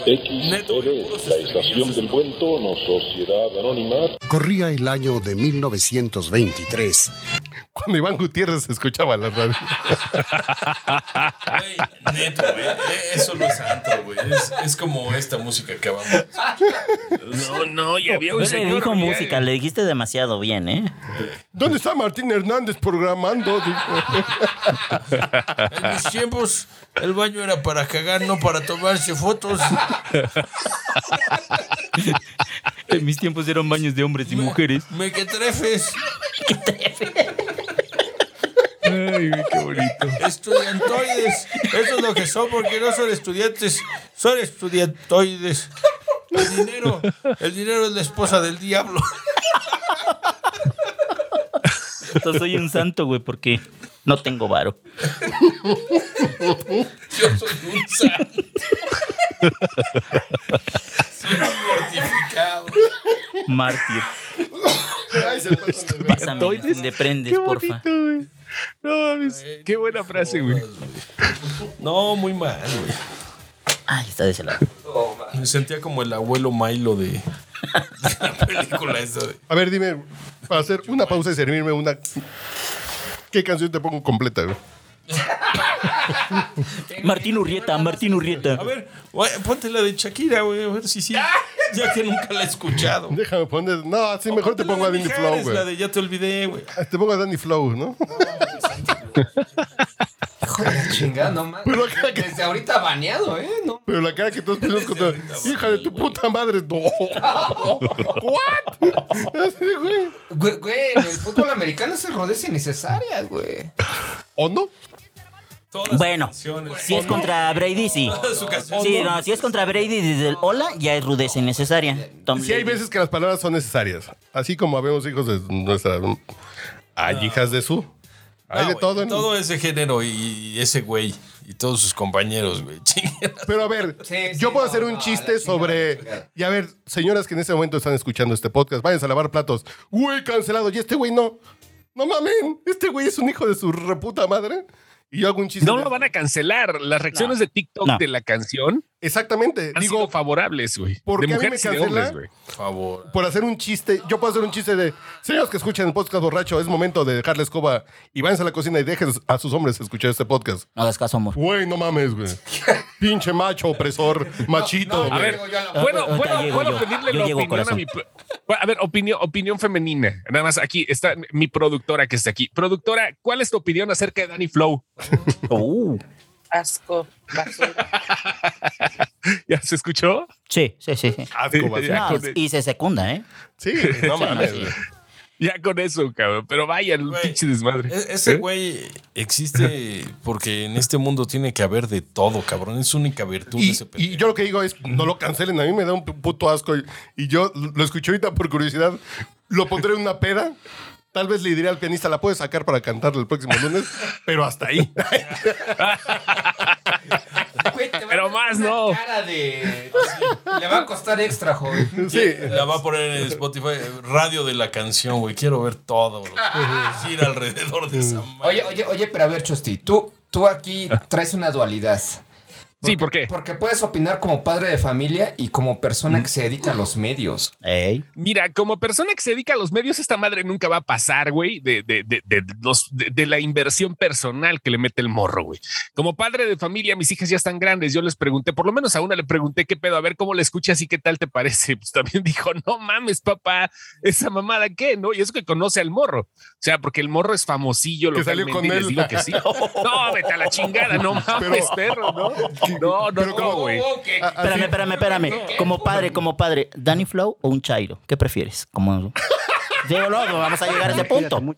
Speaker 17: XR, la estación del buen tono, Sociedad Anónima.
Speaker 18: Corría el año de 1923.
Speaker 6: Cuando Iván Gutiérrez se escuchaba la radio.
Speaker 9: Güey, neta, güey. Eh, Eso no es antro, güey. Es, es como esta música que acabamos.
Speaker 2: No, no, y había
Speaker 7: No
Speaker 2: un
Speaker 7: le
Speaker 2: señor.
Speaker 7: dijo
Speaker 2: güey.
Speaker 7: música, le dijiste demasiado bien, ¿eh?
Speaker 6: ¿Dónde está Martín Hernández programando? Dijo.
Speaker 9: En
Speaker 2: Ah.
Speaker 9: mis tiempos, el baño era para cagar, no para tomarse fotos.
Speaker 7: En mis tiempos eran baños de hombres y mujeres.
Speaker 9: Me que trefes.
Speaker 2: Ay, güey, qué bonito.
Speaker 9: Estudiantoides. Eso es lo que son, porque no son estudiantes, son estudiantoides. El dinero, el dinero es la esposa del diablo.
Speaker 7: Entonces soy un santo, güey, porque no tengo varo.
Speaker 9: Yo soy un santo. Soy un mortificado.
Speaker 7: Mártir.
Speaker 6: Ay, se pasan de ver.
Speaker 7: Pásame, te prendes,
Speaker 2: Qué
Speaker 7: porfa.
Speaker 2: bonito, güey. No mames, qué buena frase, güey.
Speaker 9: No, muy mal, güey.
Speaker 7: Ay, está de ese lado.
Speaker 9: Me sentía como el abuelo Milo de, de la película esa. de-
Speaker 6: A ver, dime, para hacer una pausa y servirme una. ¿Qué canción te pongo completa, güey?
Speaker 7: Martín Urrieta, Martín Urrieta.
Speaker 9: A ver, güey, ponte la de Shakira, güey, a ver si sí. Ya que nunca la he escuchado.
Speaker 6: Déjame poner. No, sí, mejor te pongo a
Speaker 9: Ponte la de
Speaker 6: Danny Flow,
Speaker 9: Mijares,
Speaker 6: güey.
Speaker 9: La de Ya te olvidé, güey.
Speaker 6: Te pongo a Danny Flow, ¿no?
Speaker 8: Hijo de la chingada, no mames.
Speaker 6: Pero acá que-
Speaker 8: Desde ahorita baneado, ¿eh? No.
Speaker 6: Pero la cara que todos tenemos contra. Hija de tu puta madre, no. ¿What? Así de, güey.
Speaker 8: Oh, Güey, güey, en el fútbol americano se rodeas innecesarias, güey.
Speaker 6: ¿O no?
Speaker 9: Todas las
Speaker 7: Bueno,
Speaker 9: canciones.
Speaker 7: Si es contra Brady, sí.
Speaker 9: Todas sus canciones.
Speaker 7: Sí, no, si es contra Brady desde el hola, ya es rudeza innecesaria. Tom
Speaker 6: Sí, hay
Speaker 7: Brady.
Speaker 6: veces que las palabras son necesarias. Así como habemos hijos de nuestra. Hay
Speaker 8: Ah.
Speaker 6: hijas de su. Hay
Speaker 9: No,
Speaker 6: de
Speaker 9: güey,
Speaker 6: todo, ¿no?
Speaker 9: Todo ese género y, y ese güey y todos sus compañeros, güey. Chingue.
Speaker 6: Pero a ver,
Speaker 8: Sí, sí,
Speaker 6: yo puedo
Speaker 8: no,
Speaker 6: hacer un
Speaker 8: no,
Speaker 6: chiste
Speaker 8: la chingada, la
Speaker 6: sobre.
Speaker 8: chingada.
Speaker 6: Y a ver, señoras que en este momento están escuchando este podcast, vayan a lavar platos. Güey, cancelado. Y este güey no. No mamen. Este güey es un hijo de su reputa madre. Y yo hago un chiste.
Speaker 2: No
Speaker 6: de-
Speaker 2: lo van a cancelar. Las reacciones de TikTok
Speaker 7: No.
Speaker 2: de la canción
Speaker 6: Exactamente.
Speaker 2: han
Speaker 6: Digo,
Speaker 2: sido favorables, güey.
Speaker 6: ¿por
Speaker 2: De
Speaker 6: qué a mí me
Speaker 2: mujeres y de
Speaker 6: cancela?
Speaker 2: hombres, güey.
Speaker 9: Por favor.
Speaker 6: por hacer un chiste, yo puedo hacer un chiste de. Señoras que escuchan el podcast borracho, es momento de dejar la escoba y váyanse a la cocina y dejen a sus hombres escuchar este podcast.
Speaker 7: No hagas caso, amor.
Speaker 6: Güey, no mames, güey. Pinche macho, opresor, machito.
Speaker 8: no,
Speaker 2: A
Speaker 6: güey.
Speaker 2: ver,
Speaker 8: Llego yo a la-
Speaker 2: puedo,
Speaker 7: Ahorita
Speaker 2: puedo-
Speaker 7: llego
Speaker 2: puedo
Speaker 7: yo.
Speaker 2: pedirle
Speaker 7: Yo
Speaker 2: la
Speaker 7: llego,
Speaker 2: opinión a
Speaker 7: corazón.
Speaker 2: mi. pro- Bueno, A ver, opinión, opinión femenina. Nada más aquí está mi productora que está aquí. Productora, ¿cuál es tu opinión acerca de Danny Flow?
Speaker 7: Uh,
Speaker 19: Asco, basura.
Speaker 2: ¿Ya se escuchó?
Speaker 7: Ah, sí, sí, sí. sí.
Speaker 6: Asco, vacío.
Speaker 7: No, y se secunda, ¿eh?
Speaker 6: Sí, no mames.
Speaker 7: sí.
Speaker 6: güey.
Speaker 2: Ya con eso, cabrón. Pero vaya, el pinche desmadre.
Speaker 9: E- Ese
Speaker 2: ¿Eh?
Speaker 9: güey existe porque en este mundo tiene que haber de todo, cabrón. Es su única virtud
Speaker 6: Y,
Speaker 9: ese pe-
Speaker 6: y yo lo que digo es, no lo cancelen, a mí me da un puto asco. Y, y yo lo escuché ahorita por curiosidad, lo pondré en una peda. Tal vez le diré al pianista, la puedes sacar para cantarle el próximo lunes, pero hasta ahí.
Speaker 2: Pero más no.
Speaker 8: Cara de. Le va a costar extra, joven.
Speaker 9: La va a poner en Spotify, eh, radio de la canción, güey. Quiero ver todo, bro. Gira alrededor de esa
Speaker 8: Oye, oye, oye, pero a ver, Chusti, tú, tú aquí traes una dualidad. sí, ¿por qué? Porque puedes opinar como padre de familia y como persona que se dedica a los medios.
Speaker 2: Mira, como persona que se dedica a los medios, esta madre nunca va a pasar, güey, de, de, de, de los, de, de la inversión personal que le mete el morro, güey. Como padre de familia, mis hijas ya están grandes. Yo les pregunté, por lo menos a una le pregunté qué pedo, a ver cómo le escuchas y qué tal te parece. Pues también dijo, no mames, papá, esa mamada qué, ¿no? Y eso que conoce al morro. O sea, porque el morro es famosillo,
Speaker 6: Que
Speaker 2: lo
Speaker 6: salió con
Speaker 2: y
Speaker 6: él.
Speaker 2: les digo que sí. No, vete a la chingada, no mames,
Speaker 7: Pero-
Speaker 2: perro, ¿no? No, no, no, güey.
Speaker 7: Espérame, espérame, espérame. Como padre, como padre, ¿Danny Flow o un Chairo? ¿Qué prefieres? Como... Digo, no, vamos a llegar a ese punto.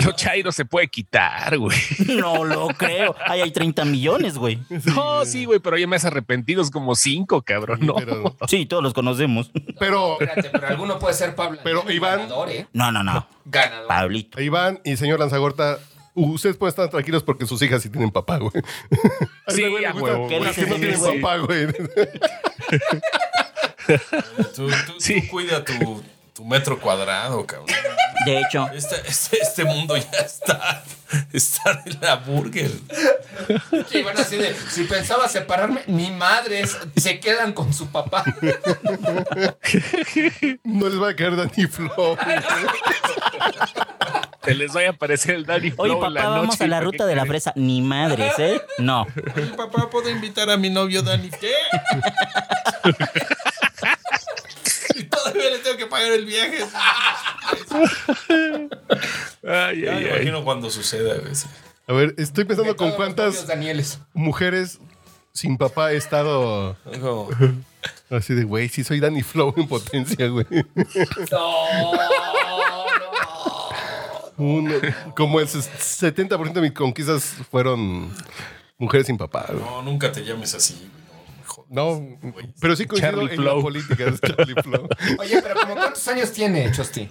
Speaker 2: Yo, Chairo, se puede quitar, güey.
Speaker 7: No lo creo. Ahí hay 30 millones, güey.
Speaker 2: No, sí, güey, pero ya me has arrepentidos como cinco, cabrón. No.
Speaker 7: Sí, todos los conocemos.
Speaker 6: Pero.
Speaker 8: Espérate, pero alguno puede ser Pablo. ¿eh?
Speaker 6: Pero Iván,
Speaker 7: No, no, no.
Speaker 8: Ganador.
Speaker 7: Pablito.
Speaker 6: Iván y señor Lanzagorta, ustedes pueden estar tranquilos porque sus hijas sí tienen papá, güey.
Speaker 2: Sí,
Speaker 6: güey,
Speaker 2: a
Speaker 6: gusta-
Speaker 2: huevo,
Speaker 6: que
Speaker 2: güey.
Speaker 6: no tienen
Speaker 2: Sí.
Speaker 6: papá, güey.
Speaker 9: Tú, tú- tú cuida tu, tu metro cuadrado, cabrón.
Speaker 7: De hecho.
Speaker 9: Este, este- este mundo ya está, está de la burger.
Speaker 8: Que iban así de, si pensaba separarme, ni madres se quedan con su papá.
Speaker 6: No les va a caer Dani Flow.
Speaker 2: Te les vaya a aparecer el Danny
Speaker 7: Oye,
Speaker 2: Flow
Speaker 7: papá,
Speaker 2: en la
Speaker 7: vamos
Speaker 2: noche.
Speaker 7: a la ruta de la fresa. Ni madres, ¿eh? No.
Speaker 9: Papá, ¿puedo invitar a mi novio Dani? ¿Qué? Y todavía le tengo que pagar el viaje.
Speaker 2: Ay,
Speaker 9: Ya
Speaker 6: ay,
Speaker 9: me
Speaker 6: ay.
Speaker 9: imagino cuando suceda, güey. sí.
Speaker 6: A ver, estoy pensando con
Speaker 8: Todos los novios
Speaker 6: cuántas
Speaker 8: Danieles.
Speaker 6: mujeres sin papá he estado. Así de, güey, sí soy Danny Flow en potencia, güey. Uno- como el 70% de mis conquistas fueron mujeres sin papá, güey.
Speaker 9: No, nunca te llames así.
Speaker 6: No, pero sí coincido
Speaker 9: Charlie
Speaker 6: en
Speaker 9: Flow.
Speaker 6: la política. es Charlie Flow.
Speaker 8: Oye, pero como cuántos años tiene Chosti.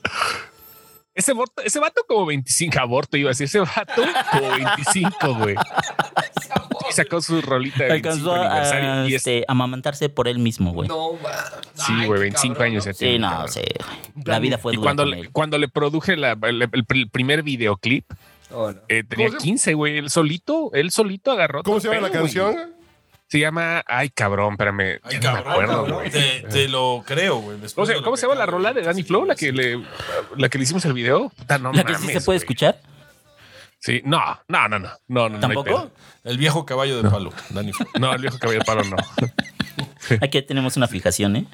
Speaker 2: Ese, vato, ese vato como 25, aborto iba a decir, ese vato como 25, güey. Y sacó su rolita de 25
Speaker 7: Alcanzó a
Speaker 2: aniversario. Y es,
Speaker 7: este, amamantarse por él mismo, güey.
Speaker 8: No,
Speaker 2: sí, güey, 25 años. ya
Speaker 7: Sí,
Speaker 2: tiene,
Speaker 7: no,
Speaker 2: cabrón.
Speaker 7: sí. güey. La vida fue
Speaker 2: Y
Speaker 7: dura.
Speaker 2: cuando
Speaker 7: con
Speaker 2: le,
Speaker 7: él.
Speaker 2: cuando le produje la- el, el- el primer videoclip, eh, tenía
Speaker 6: ¿Cómo se-
Speaker 2: 15, güey. Él solito, él solito agarró.
Speaker 6: ¿Cómo
Speaker 2: todo
Speaker 6: se llama la
Speaker 2: pedo, güey.
Speaker 6: canción?
Speaker 2: Se llama Ay, cabrón, espérame. Ay,
Speaker 9: cabrón, cabrón. Te- te lo creo, güey.
Speaker 2: No sé, ¿cómo se llama la rola de Danny Flow? La que le, la que le hicimos el video. Puta, Ah, no
Speaker 7: ¿La que sí
Speaker 2: mames,
Speaker 7: se puede
Speaker 2: güey.
Speaker 7: escuchar?
Speaker 2: Sí, no, no, no, no. no, no
Speaker 7: ¿Tampoco?
Speaker 2: no hay pedo.
Speaker 9: El viejo caballo de palo, Dani Flow.
Speaker 2: No, el viejo caballo de palo no.
Speaker 7: Aquí tenemos una fijación, ¿eh?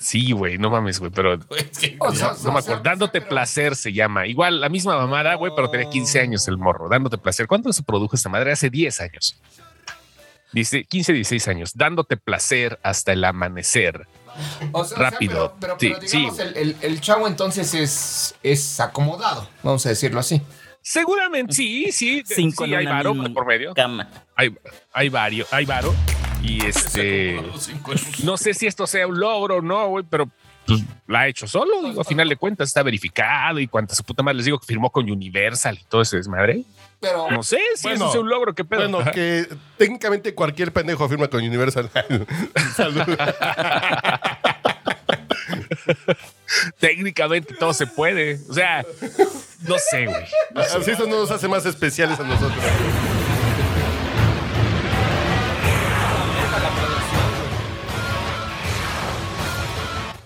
Speaker 2: Sí, güey, no mames, güey, pero
Speaker 8: O
Speaker 2: no,
Speaker 8: sea,
Speaker 2: no me acuerdo. Dándote placer se llama. Igual, la misma mamada, güey, pero tenía
Speaker 8: Oh.
Speaker 2: 15 años el morro. Dándote placer. ¿Cuándo se produjo esta madre? Hace 10 años. Dice 15, 16 años. Dándote placer hasta el amanecer.
Speaker 8: O sea, o sea,
Speaker 2: Rápido.
Speaker 8: pero- pero,
Speaker 2: Sí,
Speaker 8: pero digamos,
Speaker 2: sí.
Speaker 8: el, el- el chavo entonces es, es acomodado, vamos a decirlo así.
Speaker 2: Seguramente, sí, sí. de-
Speaker 7: Cinco
Speaker 2: sí,
Speaker 7: en
Speaker 2: hay
Speaker 7: una
Speaker 2: varo
Speaker 7: misma
Speaker 2: por medio.
Speaker 7: Cama.
Speaker 2: Hay, hay vario, hay varo. Y este. No sé si esto sea un logro o no, güey, pero pues, la ha hecho solo. Digo, a final de cuentas está verificado y cuanta su puta madre les digo que firmó con Universal y todo ese desmadre.
Speaker 8: Pero
Speaker 2: No sé si eso es un logro, qué pedo.
Speaker 6: Bueno,
Speaker 2: Ajá.
Speaker 6: que técnicamente cualquier pendejo firma con Universal. Salud.
Speaker 2: Técnicamente todo se puede. O sea, no sé, güey.
Speaker 6: Así eso no nos hace más especiales a nosotros.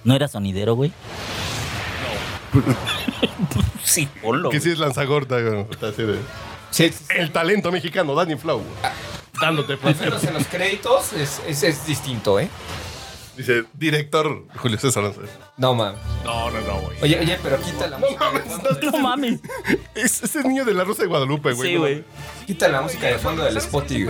Speaker 7: ¿No era sonidero, güey?
Speaker 2: sí,
Speaker 6: Que sí es lanzagorta. güey. Está así de- El talento mexicano, Danny Flow. Dándote
Speaker 8: Al menos en los créditos es, es- es distinto, ¿eh?
Speaker 6: Dice, director Julio César Lanza.
Speaker 8: No, man.
Speaker 2: No, no, no, güey.
Speaker 8: Oye, oye, pero quita la música.
Speaker 7: No mames.
Speaker 6: Es, es el niño de la Rosa de Guadalupe, güey.
Speaker 8: Sí, güey. Quita la música de fondo del Spotify.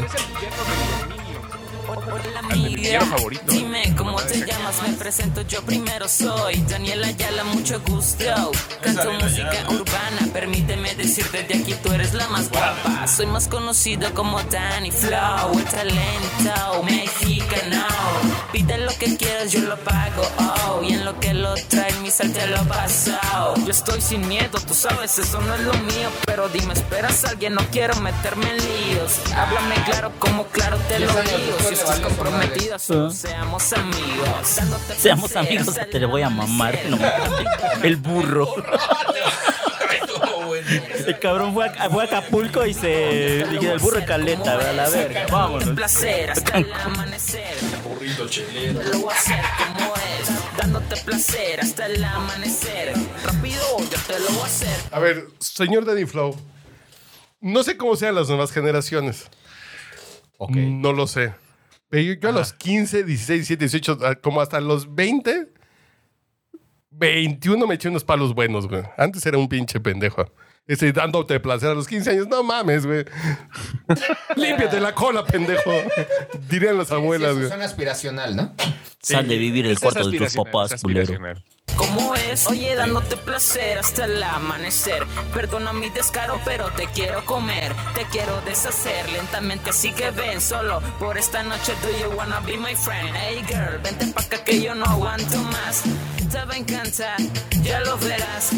Speaker 20: Hola,
Speaker 2: villano favorito.
Speaker 20: Dime cómo te llamas, me presento yo primero soy Daniela Ayala, mucho gusto. Canto
Speaker 21: Daniela
Speaker 20: música
Speaker 21: Ayala.
Speaker 20: urbana, permíteme decirte de aquí tú eres la más guapa. Soy más conocido como Danny Flow, el talento mexicano. Pide lo que quieras, yo lo pago. Oh, y en lo que lo trae mi sal te lo paso. Yo estoy sin miedo, tú sabes, eso no es lo mío. Pero dime, esperas a alguien, no quiero meterme en líos. Háblame claro, como claro te lo
Speaker 8: Diez años
Speaker 20: digo.
Speaker 8: después
Speaker 20: Si
Speaker 8: le
Speaker 20: estás
Speaker 8: valió su madre.
Speaker 20: comprometida, solo seamos amigos. Dándote
Speaker 7: Seamos
Speaker 20: placer,
Speaker 7: amigos,
Speaker 20: sal-
Speaker 7: te le voy a mamar. no mames. el burro. El cabrón fue a, fue a Acapulco y se. y el burro caleta, a la verga. Vámonos.
Speaker 20: placer hasta el amanecer.
Speaker 21: Burrito chelero.
Speaker 20: Lo voy a hacer como es, dándote placer hasta el amanecer. Rápido, yo te lo voy a hacer.
Speaker 6: A ver, señor Danny Flow, no sé cómo sean las nuevas generaciones. No lo sé. Pero yo, yo a los 15, 16, 17, 18, a- como hasta los 20, 21 me eché unos palos buenos, güey. Antes era un pinche pendejo. Estoy dándote placer a los 15 años. No mames, güey. Límpiate la cola, pendejo. Dirían las abuelas,
Speaker 8: Eso
Speaker 6: güey.
Speaker 8: suena aspiracional, ¿no?
Speaker 7: Sal de vivir el cuarto de tus papás, culero.
Speaker 20: ¿Cómo es? Oye, dándote placer hasta el amanecer. Perdona mi descaro, pero te quiero comer. Te quiero deshacer lentamente, así que ven solo. Por esta noche, do you wanna be my friend? Hey girl, vente pa' acá que yo no aguanto más. Te va a encantar, ya lo verás.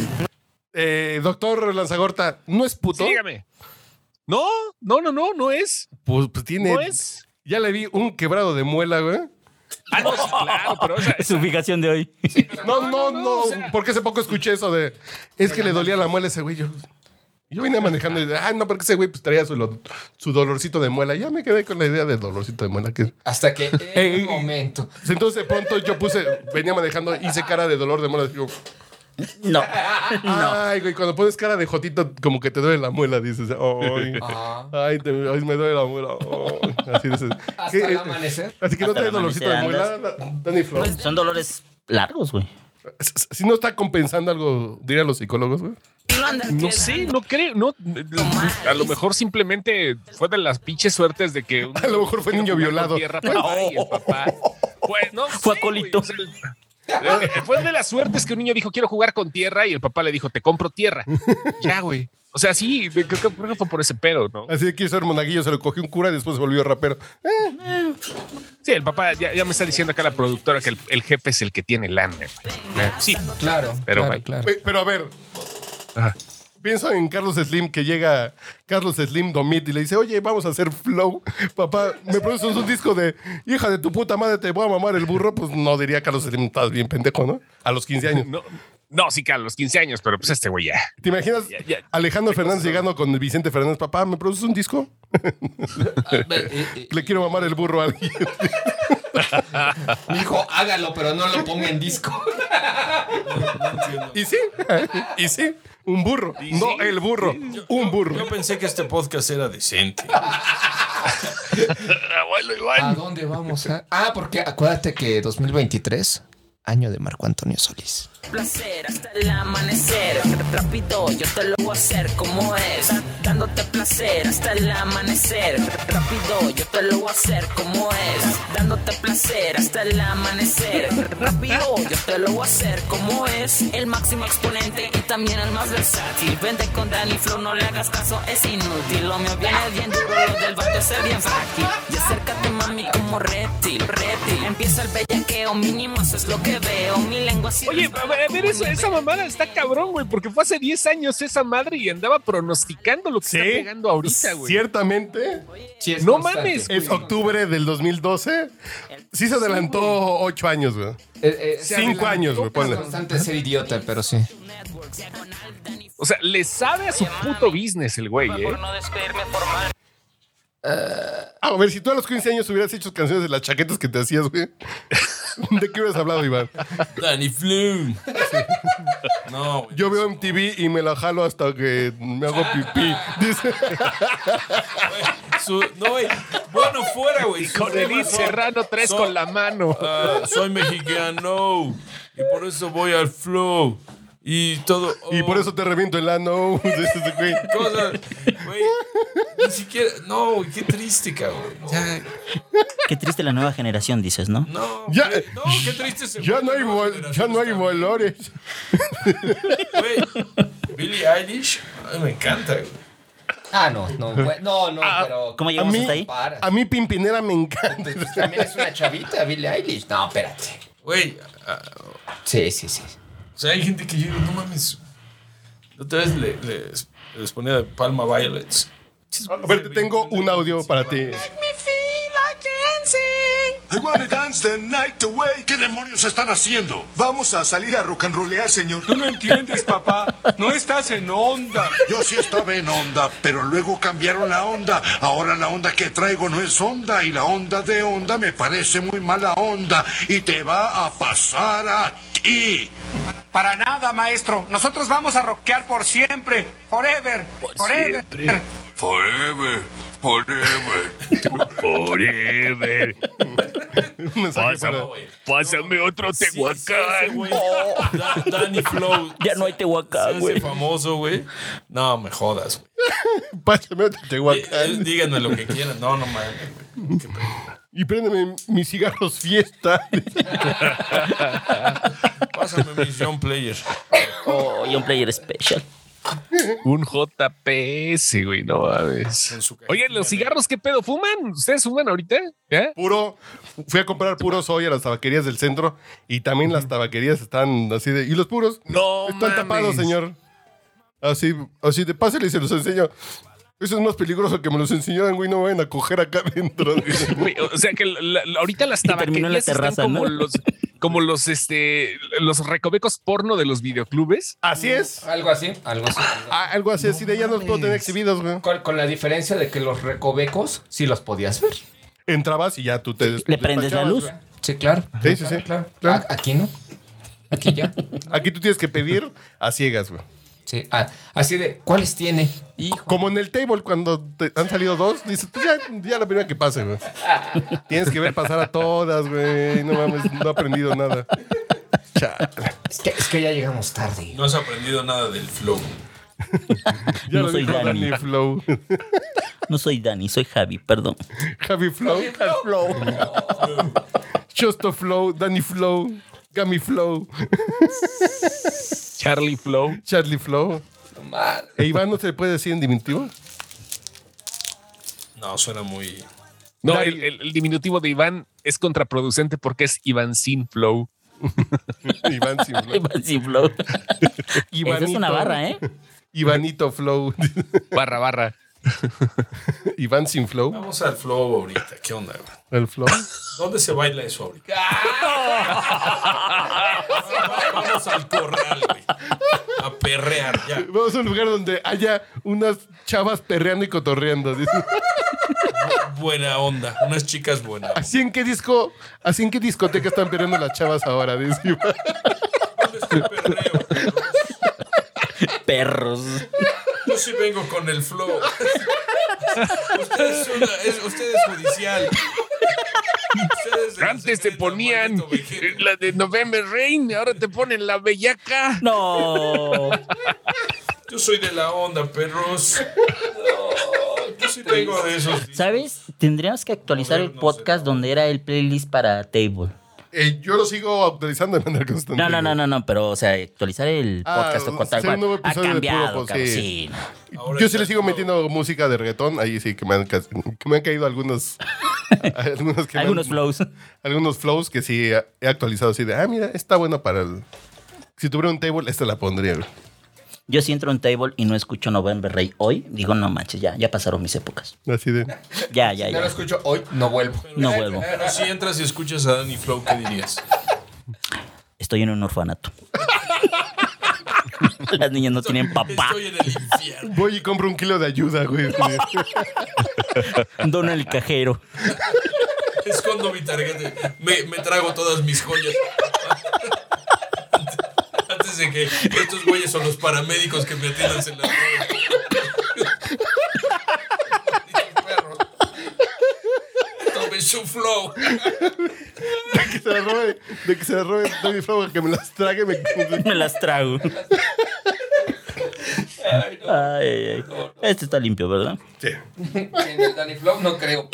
Speaker 6: Eh, doctor Lanzagorta, ¿no es puto?
Speaker 2: dígame. No, no, no, no, no es.
Speaker 6: Pues, pues tiene.
Speaker 2: No es.
Speaker 6: Ya le vi un quebrado de muela, güey.
Speaker 2: Ah, no, sí, claro, pero o sea,
Speaker 7: Su fijación de hoy.
Speaker 6: No, no, no, porque hace poco escuché eso de. Es que le dolía la muela a ese güey. Yo, yo vine manejando y de, ah, no, porque ese güey pues, traía su, lo- su dolorcito de muela. Ya me quedé con la idea del dolorcito de muela. Que...
Speaker 8: Hasta que.
Speaker 6: Ey,
Speaker 8: un momento.
Speaker 6: Entonces de pronto yo puse, venía manejando, hice cara de dolor de muela. Digo,
Speaker 7: no,
Speaker 6: Ay, güey, cuando pones cara de jotito, como que te duele la muela, dices, ay,
Speaker 8: Ah.
Speaker 6: ay, te- ay, me duele la muela. oh. Así dices.
Speaker 8: Hasta
Speaker 6: ¿Qué?
Speaker 8: el amanecer. Pues,
Speaker 6: Así que no
Speaker 7: Hasta
Speaker 6: trae
Speaker 7: el
Speaker 6: dolorcito de
Speaker 7: amanecer
Speaker 6: muela, Dani Flor.
Speaker 7: Pues, Son dolores largos, güey.
Speaker 6: Si no está compensando algo, dirían los psicólogos, güey.
Speaker 2: No sé, no creo, no. A lo mejor simplemente fue de las pinches suertes de que.
Speaker 6: A lo mejor fue niño violado.
Speaker 2: Tierra, papá y el papá. Pues no. Fue acólito. Fue de las suertes que un niño dijo, quiero jugar con tierra, y el papá le dijo, te compro tierra. Ya, güey. O sea, sí, creo que creo que fue por ese pedo, ¿no?
Speaker 6: Así que quiso ser monaguillo, se lo cogió un cura y después se volvió rapero.
Speaker 2: Sí, el papá, ya, ya me está diciendo acá la productora que el, el jefe es el que tiene lana. güey. Eh, Sí,
Speaker 8: Claro.
Speaker 2: pero
Speaker 8: claro,
Speaker 2: güey.
Speaker 8: claro.
Speaker 6: Pe- Eh, Pero a ver.
Speaker 2: Ah.
Speaker 6: Pienso en Carlos Slim que llega Carlos Slim Domit y le dice, oye, vamos a hacer flow. Papá, ¿me produces un disco de hija de tu puta madre, te voy a mamar el burro? Pues no diría Carlos Slim, estás bien pendejo, ¿no? A los 15 años.
Speaker 2: No, no, sí, Carlos, 15 años, pero pues este güey ya.
Speaker 6: ¿Te imaginas Alejandro Fernández llegando con Vicente Fernández? Papá, ¿me produces un disco?
Speaker 9: eh,
Speaker 6: le quiero mamar el burro a alguien.
Speaker 8: Mi hijo, hágalo, pero no lo ponga en disco.
Speaker 6: y sí, y sí, un burro. no el burro, un burro.
Speaker 9: Yo pensé que este podcast era decente.
Speaker 2: Abuelo
Speaker 8: ¿A dónde vamos? ah? Ah, porque acuérdate que 2023, año de Marco Antonio Solís.
Speaker 20: Placer hasta el amanecer. Rápido, yo te lo voy a hacer como es. Dándote placer hasta el amanecer. Rápido, yo te lo voy a hacer como es. Dándote placer hasta el amanecer. Rápido, yo te lo voy a hacer como es. El máximo exponente y también el más versátil. Vente con Danny Flow, no le hagas caso, es inútil. Lo mío viene bien duro, lo del vato es bien frágil. Y acércate, mami, como reptil, reptil. Empieza el bellaqueo, mínimo, eso es lo que veo. Mi lengua así.
Speaker 2: Oye, a ver, a ver eso, esa mamada está cabrón, güey, porque fue hace 10 años esa madre y andaba pronosticando lo que está pegando ahorita, güey.
Speaker 6: Eh, Ciertamente.
Speaker 8: es
Speaker 2: no
Speaker 8: constante.
Speaker 2: mames.
Speaker 6: Es octubre del 2012. Sí se adelantó ocho años, güey.
Speaker 8: Eh, se
Speaker 6: Cinco
Speaker 8: adelantó,
Speaker 6: años, güey,
Speaker 8: es
Speaker 6: ponle.
Speaker 8: constante ser idiota, pero sí.
Speaker 2: O sea, le sabe a su puto business el güey, eh.
Speaker 6: A ver, si tú a los 15 años hubieras hecho canciones de las chaquetas que te hacías, güey. ¿De qué hubieras hablado, Iván?
Speaker 9: Danny Flu. No, güey.
Speaker 6: Yo veo MTV y me la jalo hasta que me hago pipí. Dice.
Speaker 9: Su- no, güey. Bueno, fuera, güey. Sus
Speaker 2: Con el
Speaker 9: rimas son-
Speaker 2: Serrano 3
Speaker 9: son-
Speaker 2: con la mano.
Speaker 9: Ah, soy mexicano. Y por eso voy al flow. Y todo. oh,
Speaker 6: Y por eso te reviento el ano. Dice ese güey.
Speaker 9: Cosas. Güey. Ni siquiera. No, güey, qué triste, cabrón. Ya,
Speaker 7: Qué triste la nueva generación, dices, ¿no?
Speaker 9: no.
Speaker 6: Ya,
Speaker 9: No, qué triste se
Speaker 6: ya no hay, vol- ya no hay valores.
Speaker 9: Billie Eilish. Ay, me encanta, güey.
Speaker 8: Ah, no, no, güey, no, no, pero.
Speaker 6: a mí, A mí Pimpinera me encanta.
Speaker 8: También es una chavita, Billie Eilish. No, espérate.
Speaker 9: Güey. ah,
Speaker 8: Sí, sí, sí.
Speaker 9: O sea, hay gente que yo digo, no mames. La Otra vez le- les, les ponía de Palma Violets.
Speaker 6: A ver, te tengo un audio para ti.
Speaker 21: I wanna dance the night away. ¿Qué demonios están haciendo? Vamos a salir a rock and rollear, señor. Tú no entiendes, papá. No estás en onda. Yo sí estaba en onda, pero luego cambiaron la onda. Ahora la onda que traigo no es onda y la onda de onda me parece muy mala onda y te va a pasar a ti.
Speaker 22: Para nada, maestro. Nosotros vamos a rockear por siempre. Forever. forever.
Speaker 21: Forever, forever.
Speaker 2: Forever. Pásame, pásame otro Tehuacán.
Speaker 9: Da- Danny Flow. Ya no hay Tehuacán, güey. famoso, güey. No, me jodas, güey.
Speaker 6: Pásame otro
Speaker 9: Eh,
Speaker 6: Tehuacán.
Speaker 9: Díganme lo que quieran. No, no mames, güey.
Speaker 6: Y préndeme mis cigarros fiesta.
Speaker 9: Pásame mis John Player.
Speaker 7: Oh, y un player special.
Speaker 2: Un JPS, güey, no mames. Oye, los cigarros, ¿qué pedo? ¿Fuman? ¿Ustedes fuman ahorita?
Speaker 6: Puro. Fui a comprar puros hoy a las tabaquerías del centro y también las tabaquerías están así de. ¿Y los puros?
Speaker 2: No.
Speaker 6: Están tapados,
Speaker 2: mames.
Speaker 6: señor. Así, así de pásale y se los enseño. Eso es más peligroso que me los enseñaran, güey. No me vayan a coger acá adentro.
Speaker 2: Güey, o sea que la- la- ahorita las
Speaker 6: terminó en la
Speaker 2: tabaquerías
Speaker 6: terraza,
Speaker 2: están como
Speaker 6: ¿no?
Speaker 2: los como los este los recovecos porno de los videoclubes.
Speaker 6: Así es.
Speaker 8: Algo así, algo así.
Speaker 6: Ah, algo así, así de ya los puedo tener exhibidos, güey.
Speaker 8: Con, con la diferencia de que los recovecos sí los podías ver.
Speaker 6: Entrabas y ya tú te.
Speaker 8: Le prendes la luz. Sí, claro.
Speaker 6: Sí, sí, sí.
Speaker 8: A- Aquí no. Aquí ya.
Speaker 6: Aquí tú tienes que pedir a ciegas, güey.
Speaker 8: Sí, ah, así de, ¿cuáles tiene?
Speaker 6: Como en el table, cuando te han salido dos, dices, pues ya, ya la primera que pase, güey. Tienes que ver pasar a todas, güey. No mames, no he aprendido nada. Chale.
Speaker 8: Es que, es que ya llegamos tarde.
Speaker 9: No has aprendido nada del flow.
Speaker 6: Ya
Speaker 7: No
Speaker 6: lo
Speaker 7: soy
Speaker 6: dijo
Speaker 7: Dani.
Speaker 6: Danny Flow.
Speaker 7: No soy Dani, soy Javi, perdón.
Speaker 6: Javi Flow. Flow. Chosto Flow, Danny Flow, Gami Flow.
Speaker 2: Charlie Flow.
Speaker 6: Charlie Flow. E Iván no se le puede decir en diminutivo.
Speaker 9: No, suena muy.
Speaker 2: No, el, el- el diminutivo de Iván es contraproducente porque es Iván sin flow.
Speaker 6: Iván sin flow.
Speaker 7: Iván sin flow.
Speaker 6: Ivanito.
Speaker 7: Esa es una barra, ¿eh?
Speaker 6: Ivanito Flow.
Speaker 2: Barra, barra.
Speaker 6: Iván sin Flow.
Speaker 9: Vamos al flow ahorita. ¿Qué onda, güey?
Speaker 6: El Flow.
Speaker 9: ¿Dónde se baila eso ahorita? Vamos al corral, güey. A perrear, ya.
Speaker 6: Vamos a un lugar donde haya unas chavas perreando y cotorreando. dice.
Speaker 9: Buena onda. Unas chicas buenas.
Speaker 6: ¿Así en qué disco, así en qué discoteca están perreando las chavas ahora? dice.
Speaker 7: Perros.
Speaker 9: Yo sí vengo con el flow. Usted es, una- es- usted es judicial.
Speaker 2: Antes te ponían la de November Rain, ahora te ponen la bellaca.
Speaker 7: No.
Speaker 9: Yo soy de la onda, perros. No, yo sí vengo de esos.
Speaker 7: ¿Sabes? Tendríamos que actualizar el podcast donde era el playlist para Table.
Speaker 6: Eh, yo lo sigo autorizando de manera constante.
Speaker 7: No, no, no, no, no, pero, o sea, actualizar el
Speaker 6: Ah,
Speaker 7: podcast o
Speaker 6: hacer
Speaker 7: contar
Speaker 6: un
Speaker 7: cual.
Speaker 6: nuevo
Speaker 7: Ha
Speaker 6: episodio de
Speaker 7: cambiado,
Speaker 6: Puro Pos,
Speaker 7: cabrón.
Speaker 6: sí.
Speaker 7: Sí. no.
Speaker 6: Yo sí le sigo metiendo música de reggaetón. Ahí sí que me han, ca- que me han caído algunos. algunos, que me han-
Speaker 7: Algunos flows.
Speaker 6: Algunos flows que sí he actualizado. Así de, ah, mira, está bueno para el. Si tuviera un table, esta la pondría. güey.
Speaker 7: Yo sí entro en Table y no escucho November Rey hoy. Digo, no manches, ya, ya pasaron mis épocas.
Speaker 6: Así de.
Speaker 7: Ya, ya,
Speaker 8: No lo
Speaker 7: ya.
Speaker 8: escucho hoy, no vuelvo.
Speaker 7: No vuelvo.
Speaker 9: Pero si entras y escuchas a Danny Flow, ¿qué dirías?
Speaker 7: Estoy en un orfanato. Las niñas no tienen papá.
Speaker 9: Estoy en el infierno.
Speaker 6: Voy y compro un kilo de ayuda, güey.
Speaker 7: Dona el cajero.
Speaker 9: Escondo mi tarjeta. Me, me trago todas mis joyas. Antes de que estos güeyes son los paramédicos que me atiendan en la Tome su flow.
Speaker 6: De que se la robe, de que se la robe Tommy Flow, que me las trague. Me,
Speaker 7: Me las trago.
Speaker 9: Ay, no
Speaker 7: Ay, ay, ay. Este está limpio, ¿verdad?
Speaker 6: Sí.
Speaker 8: En el Danny Flow no creo.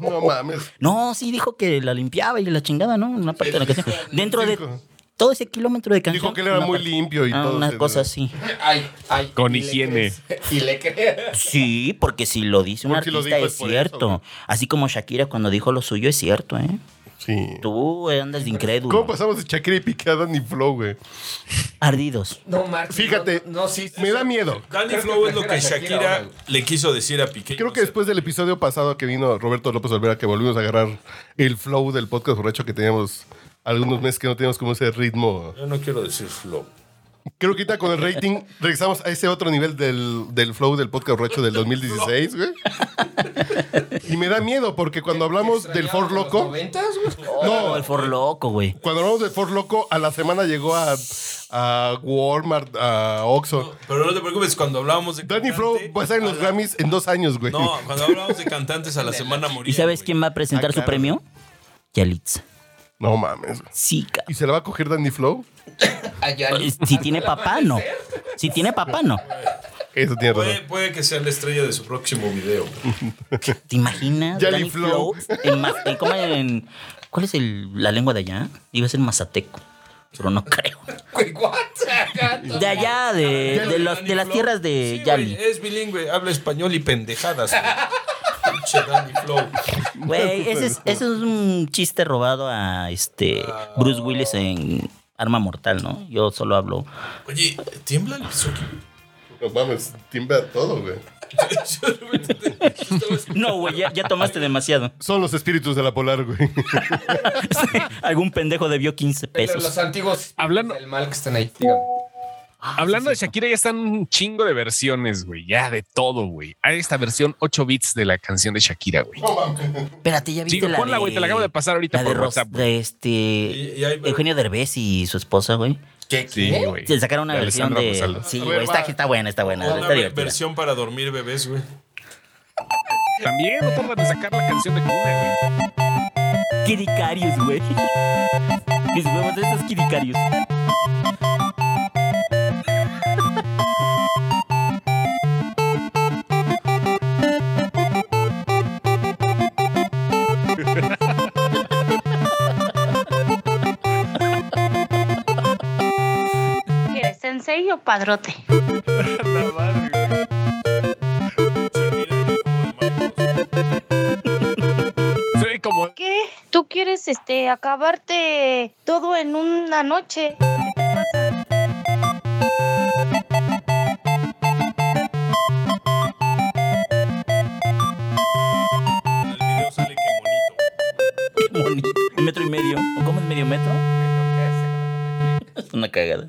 Speaker 6: No mames.
Speaker 7: No, sí dijo que la limpiaba y la chingada, ¿no? Una parte de la canción. Dentro de todo ese kilómetro de canción.
Speaker 6: Dijo que él era
Speaker 7: una
Speaker 6: muy
Speaker 7: parte-
Speaker 6: limpio y
Speaker 7: Ah,
Speaker 6: todo.
Speaker 7: Una cosa así.
Speaker 8: Ay, ay.
Speaker 7: Con
Speaker 8: Y le
Speaker 7: higiene.
Speaker 8: crees. Y le crees.
Speaker 7: Sí, porque si lo dice un
Speaker 8: Porque lo
Speaker 7: artista
Speaker 8: dijo
Speaker 7: es
Speaker 8: es por
Speaker 7: cierto. Así como Shakira cuando dijo lo suyo es cierto, ¿eh?
Speaker 6: Sí.
Speaker 7: Tú eh, andas de incrédulo.
Speaker 6: ¿Cómo pasamos de Shakira y Picada ni Flow, güey?
Speaker 7: Ardidos.
Speaker 8: No, Marx.
Speaker 6: Fíjate, me da miedo.
Speaker 9: Danny
Speaker 6: Creo
Speaker 9: Flow
Speaker 6: que
Speaker 9: es lo que
Speaker 6: prefiero a Shakira
Speaker 9: Shakira
Speaker 6: ahora.
Speaker 9: le quiso decir a Piqué.
Speaker 6: Creo que después del episodio pasado que vino Roberto López Olvera, que volvimos a agarrar el flow del podcast borracho que teníamos algunos meses que no teníamos como ese ritmo.
Speaker 9: Yo no quiero decir Flow.
Speaker 6: Creo que ahorita con el rating regresamos a ese otro nivel del, del flow del podcast borracho del 2016, güey. Y me da miedo porque cuando hablamos del Ford Loco.
Speaker 7: No, el For Loco, güey.
Speaker 6: Cuando hablamos del Ford Loco, a la semana llegó a, a Walmart, a Oxxo.
Speaker 9: Pero no te preocupes, cuando hablábamos de.
Speaker 6: Danny Flow va a estar en los Grammys en dos años, güey.
Speaker 9: No, cuando hablábamos de cantantes a la semana morir.
Speaker 7: ¿Y sabes quién va a presentar
Speaker 6: Ah,
Speaker 7: su
Speaker 6: claro.
Speaker 7: premio? Yalitza.
Speaker 6: No mames.
Speaker 7: Sí, ca-
Speaker 6: ¿Y se la va a coger Danny Flow?
Speaker 8: ah,
Speaker 7: Si tiene papá, no. Si tiene papá, no.
Speaker 6: Eso tiene razón.
Speaker 9: Puede, puede que sea la estrella de su próximo video.
Speaker 7: ¿Te imaginas?
Speaker 9: Yali
Speaker 7: Danny
Speaker 9: Flow.
Speaker 7: Flow. en Ma- en- ¿cómo en- ¿Cuál es el- la lengua de allá? Iba a ser Mazateco. Pero no creo. De allá, Eh, de, de, los- de las tierras de Yali.
Speaker 9: Es bilingüe, habla español y pendejadas. güey. Pinche Danny Flow.
Speaker 7: Güey, ese es, ese es un chiste robado a este Bruce Willis en Arma Mortal, ¿no? Yo solo hablo.
Speaker 9: Oye, ¿tiembla el piso aquí?
Speaker 6: No mames, tiembla todo, güey.
Speaker 7: No, güey, ya, ya tomaste demasiado.
Speaker 6: Son los espíritus de la polar, güey.
Speaker 7: Algún pendejo debió 15 pesos.
Speaker 8: Los antiguos.
Speaker 2: Hablando. Ah,
Speaker 8: El mal que están ahí.
Speaker 2: Hablando de Shakira, ya están un chingo de versiones, güey. Ya de todo, güey. Hay esta versión 8 bits de la canción de Shakira, güey.
Speaker 7: Espérate, ya viste
Speaker 2: Sí,
Speaker 7: la
Speaker 2: ponla,
Speaker 7: de-
Speaker 2: güey, te la acabo de pasar ahorita
Speaker 7: la de
Speaker 2: por
Speaker 7: Ros-
Speaker 2: WhatsApp,
Speaker 7: de este Eugenio Derbez y su esposa, güey.
Speaker 8: ¿Qué?
Speaker 2: Sí, güey.
Speaker 7: Se sacaron una
Speaker 2: De
Speaker 7: versión
Speaker 2: Alessandra
Speaker 7: de.
Speaker 2: Rosaldo.
Speaker 7: Sí,
Speaker 9: A
Speaker 7: güey,
Speaker 9: ver,
Speaker 7: está,
Speaker 9: va.
Speaker 7: está buena, está buena.
Speaker 9: Una
Speaker 7: está
Speaker 9: ve-
Speaker 7: divertida.
Speaker 9: versión para dormir bebés, güey.
Speaker 2: También no tardan en sacar la canción de Cuna, güey.
Speaker 7: Kirikarius, güey. Mis huevos de esos Kirikarius.
Speaker 3: ¿Quieres sensei o padrote?
Speaker 2: Soy como
Speaker 3: ¿Qué? ¿Tú quieres este acabarte todo en una noche?
Speaker 7: Qué bonito. El metro y medio. ¿O cómo es medio metro? Es una cagada.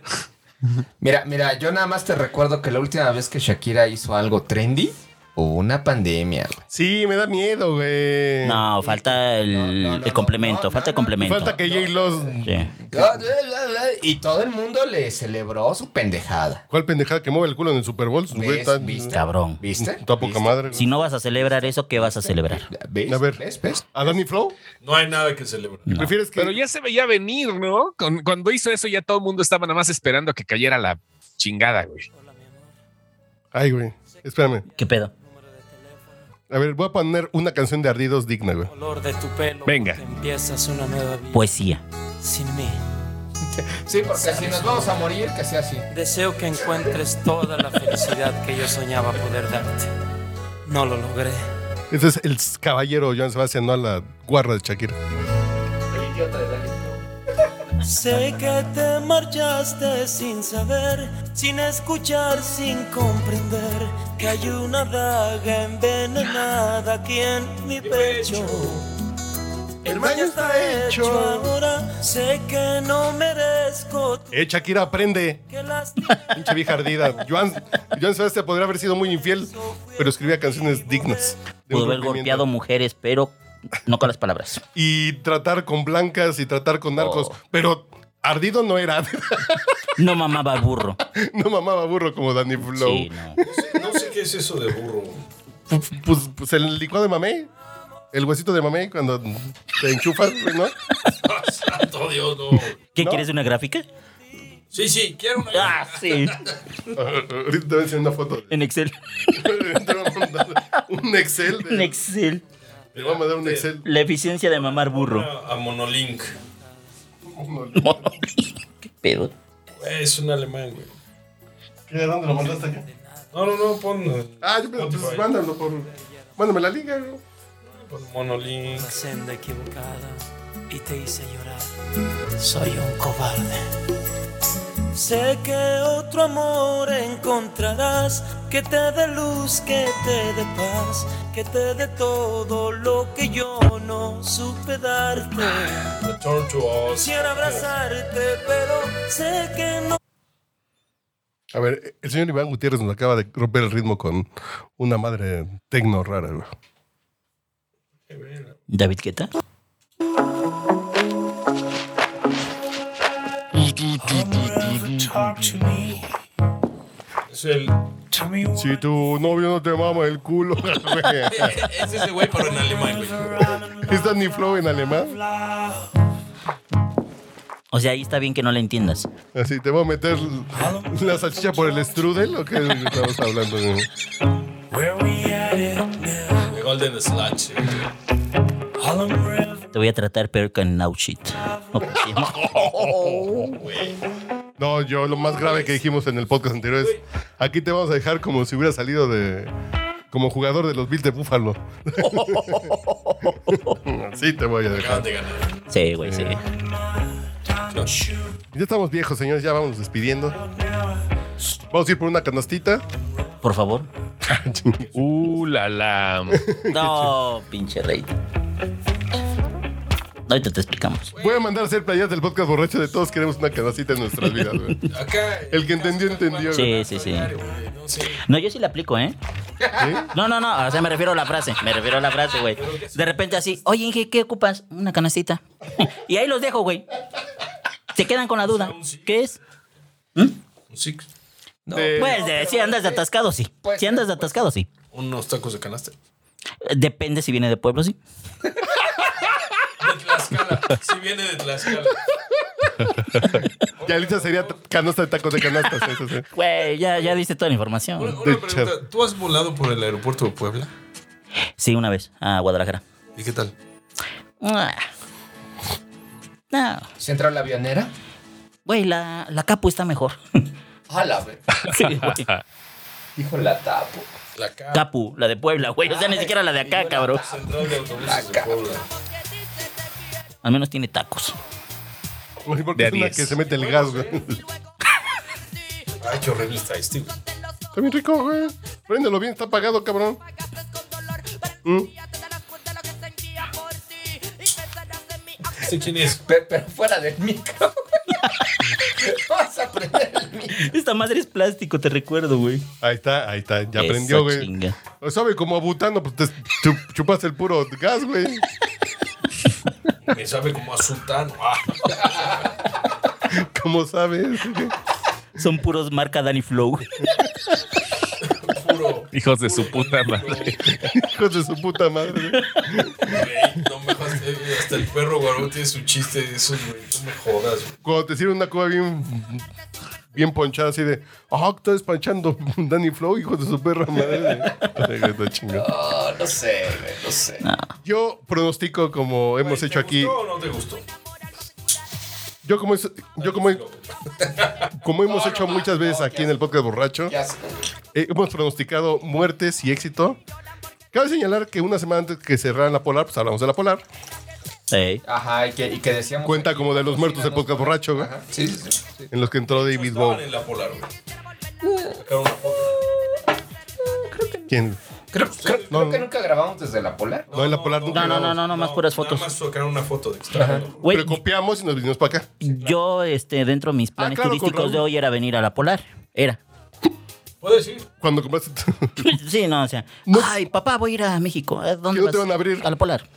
Speaker 8: Mira, mira, yo nada más te recuerdo que la última vez que Shakira hizo algo trendy, hubo una pandemia, güey.
Speaker 6: Sí, me da miedo, güey.
Speaker 7: No, falta el, el complemento. falta el complemento.
Speaker 6: Falta que Jay los.
Speaker 7: Sí.
Speaker 8: Y todo el mundo le celebró su pendejada.
Speaker 6: ¿Cuál pendejada que mueve el culo en el Super Bowl? Güey,
Speaker 8: ¿Ves?
Speaker 6: está-
Speaker 8: ¿Viste?
Speaker 7: Cabrón.
Speaker 8: ¿Viste?
Speaker 6: Está poca madre.
Speaker 7: Si no vas a celebrar eso, ¿qué vas a celebrar?
Speaker 8: ¿Ves?
Speaker 6: A ver.
Speaker 8: ¿Ves? ¿Ves?
Speaker 6: ¿A Danny Flow?
Speaker 9: No hay nada que celebrar.
Speaker 6: ¿Prefieres que.?
Speaker 2: Pero ya se veía venir, ¿no? Con- cuando hizo eso, ya todo el mundo estaba nada más esperando a que cayera la chingada, güey.
Speaker 6: Ay, güey. Espérame.
Speaker 7: ¿Qué pedo?
Speaker 6: A ver, voy a poner una canción de ardidos digna, güey.
Speaker 23: color de tu pelo.
Speaker 6: Venga.
Speaker 23: Empiezas una nueva vida
Speaker 7: Poesía.
Speaker 23: sin mí.
Speaker 8: Sí, porque si nos vamos a morir, que sea así.
Speaker 23: Deseo que encuentres toda la felicidad que yo soñaba poder darte. No lo logré.
Speaker 6: Ese es el caballero Joan Sebastián, no a la guarra de Shakira.
Speaker 23: Sé que te marchaste sin saber, sin escuchar, sin comprender que hay una daga envenenada aquí en mi pecho. El mal ya está hecho ahora, sé que no merezco
Speaker 6: Eh, Shakira, aprende.
Speaker 23: que las
Speaker 6: Pinche vieja ardida. Joan, Joan Sebastián podría haber sido muy infiel, pero escribía canciones dignas. De un
Speaker 7: Pudo haber
Speaker 6: rompimiento.
Speaker 7: golpeado mujeres, pero no con las palabras.
Speaker 6: y tratar con blancas y tratar con narcos.
Speaker 7: Oh.
Speaker 6: Pero ardido no era.
Speaker 7: No mamaba burro.
Speaker 6: no mamaba burro como Danny Flow.
Speaker 7: Sí, no.
Speaker 9: No sé qué es eso de burro.
Speaker 6: Pues, pues- pues el licuado de mamey. El huesito de mamey cuando te enchufas, güey, ¿no?
Speaker 9: Ah, Santo Dios, no.
Speaker 7: ¿Qué quieres de una gráfica?
Speaker 9: Sí, sí, quiero una.
Speaker 7: Ah, sí.
Speaker 6: Ahorita te voy a enseñar una foto.
Speaker 7: En Excel.
Speaker 6: Un Excel.
Speaker 7: Un Excel.
Speaker 6: Le voy a mandar un Excel.
Speaker 7: La eficiencia de mamar burro.
Speaker 9: A Monolink.
Speaker 7: ¿Qué pedo?
Speaker 9: Güey, Es un alemán, güey.
Speaker 6: ¿Qué, ¿De dónde lo mandaste acá?
Speaker 9: No, no, no, pon.
Speaker 6: Ah, yo pensé, pues mándalo por. Mándame la liga, ¿no?
Speaker 9: Pon Monolink.
Speaker 23: La senda equivocada y te hice llorar. Soy un cobarde. Sé que otro amor encontrarás que te dé luz, que te dé paz, que te dé todo lo que yo no supe darte.
Speaker 9: Return to us.
Speaker 23: Quisiera abrazarte, pero sé que no.
Speaker 6: A ver, el señor Iván Gutiérrez nos acaba de romper el ritmo con una madre tecno rara, güey.
Speaker 7: David Guetta.
Speaker 9: Es el.
Speaker 6: Si tu novio no te mama el culo, güey.
Speaker 9: Es ese güey, pero en alemán, güey.
Speaker 6: ¿Es Danny Flow en alemán?
Speaker 7: O sea, ahí está bien que no la entiendas.
Speaker 6: Así, ¿te voy a meter la salchicha por el strudel o qué es lo que estamos hablando? güey?
Speaker 9: The Golden eh. Sludge.
Speaker 7: Te voy a tratar peor que en Now Shit. No, pues, sí.
Speaker 6: No, yo lo más grave que dijimos en el podcast anterior es, aquí te vamos a dejar como si hubiera salido de... Como jugador de los Bills de Búfalo. Así te voy a dejar.
Speaker 9: Acaban de ganar.
Speaker 7: Sí, güey, sí.
Speaker 6: Ya estamos viejos, señores, ya vamos despidiendo. Vamos a ir por una canastita.
Speaker 7: Por favor.
Speaker 2: Uh, la, la.
Speaker 7: No, pinche rey. Ahorita te explicamos.
Speaker 6: Voy a mandar a hacer playas del podcast borracho de todos queremos una canastita en nuestras vidas. güey.
Speaker 9: Acá.
Speaker 6: El que entendió, entendió.
Speaker 7: Sí,
Speaker 6: güey.
Speaker 7: sí, sí.
Speaker 9: No sé.
Speaker 7: No, yo sí la aplico, ¿eh? No, no, no. O sea, me refiero a la frase. Me refiero a la frase, güey. De repente así, oye, Inge, ¿qué ocupas? Una canastita. Y ahí los dejo, güey. Se quedan con la duda. ¿Qué es?
Speaker 9: Un six.
Speaker 7: No, pues, de- si andas de atascado, sí. Si andas de atascado, sí.
Speaker 9: Unos tacos de canasta.
Speaker 7: Depende si viene de pueblo, sí.
Speaker 9: De Tlaxcala. Sí viene de Tlaxcala.
Speaker 6: Ya lista sería canasta de tacos de canastas. eso sí.
Speaker 7: Güey, ya, ya diste toda la información.
Speaker 9: Una, una pregunta. ¿Tú has volado por el aeropuerto de Puebla?
Speaker 7: Sí, una vez, a Guadalajara.
Speaker 9: ¿Y qué tal?
Speaker 7: Ah. No.
Speaker 8: ¿Se entra la avionera?
Speaker 7: Güey, la, la capu está mejor.
Speaker 8: Jala, güey.
Speaker 7: Sí, güey.
Speaker 8: Dijo la tapo.
Speaker 9: La ca-
Speaker 7: Capu, la de Puebla, güey. O sea, ni siquiera la de acá, cabrón.
Speaker 9: central de autobuses de
Speaker 8: Acá.
Speaker 9: Puebla.
Speaker 7: Al menos tiene tacos.
Speaker 6: Güey, Porque
Speaker 2: De a
Speaker 6: es una
Speaker 2: 10.
Speaker 6: que se mete el gas, güey.
Speaker 9: Ay, qué horrible está este, güey.
Speaker 6: Está bien rico, güey. Préndelo bien, está apagado, cabrón. Mm.
Speaker 9: ¿Este quién es?
Speaker 8: Pe- Pero fuera del micro. güey. Vas a prender el micro.
Speaker 7: Esta madre es plástico, te recuerdo, güey.
Speaker 6: Ahí está, ahí está. Ya
Speaker 7: Esa
Speaker 6: prendió, güey.
Speaker 7: chinga.
Speaker 6: O Sabe como a butano, pues te chu- chupaste el puro gas, güey.
Speaker 9: Me sabe como a sultán. Ah,
Speaker 6: ¿Cómo sabes?
Speaker 7: Son puros marca Danny Flow.
Speaker 9: puro.
Speaker 2: Hijos de su puta madre.
Speaker 6: Hijos de su puta madre. güey.
Speaker 9: Güey, no me jodas. eh, Hasta el perro guarón tiene su chiste de esos, güey. No me jodas, güey.
Speaker 6: Cuando te sirven una cuba bien, bien ponchada, así de, ah, estás panchando Danny Flow, hijo de su perra madre. Ay, güey, está chingón.
Speaker 8: No, no sé, güey, no sé.
Speaker 6: Yo pronostico, como hemos
Speaker 9: Güey,
Speaker 6: hecho
Speaker 9: ¿te
Speaker 6: aquí,
Speaker 9: gustó o no te gustó?
Speaker 6: yo como, es- yo como, como hemos hecho muchas veces aquí en el podcast borracho,
Speaker 8: Qué asco, güey.
Speaker 6: Eh, hemos pronosticado muertes y éxito. Cabe señalar que una semana antes que cerraran la Polar, pues hablamos de la Polar.
Speaker 7: Ey.
Speaker 8: Ajá, y que, y que decíamos.
Speaker 6: Cuenta como de los muertos del podcast borracho, güey,
Speaker 8: Ajá, sí, sí, sí. sí.
Speaker 6: en los que entró David
Speaker 9: Estaban
Speaker 6: Bowie.
Speaker 9: en la polar, güey. Sacaron una foto.
Speaker 6: ¿Quién?
Speaker 8: Creo, creo- creo
Speaker 6: No,
Speaker 8: que
Speaker 6: no.
Speaker 8: nunca grabamos desde la polar.
Speaker 6: No, en la Polar nunca.
Speaker 7: No, no, no, no, no, más puras fotos.
Speaker 9: Nada más sacaron una foto de que estaban en la
Speaker 7: Güey,
Speaker 6: Pero copiamos y nos vinimos para acá.
Speaker 7: yo, este, dentro de mis planes
Speaker 6: claro, con
Speaker 7: turísticos de
Speaker 6: Raúl.
Speaker 7: hoy era venir a la Polar. Era.
Speaker 9: ¿Puedo decir?
Speaker 6: Cuando compraste. tu-
Speaker 7: Sí, no, o sea. Ay, papá, voy a ir a México. ¿A ¿Dónde
Speaker 6: no te
Speaker 7: vas?
Speaker 6: van a abrir.
Speaker 7: A la Polar.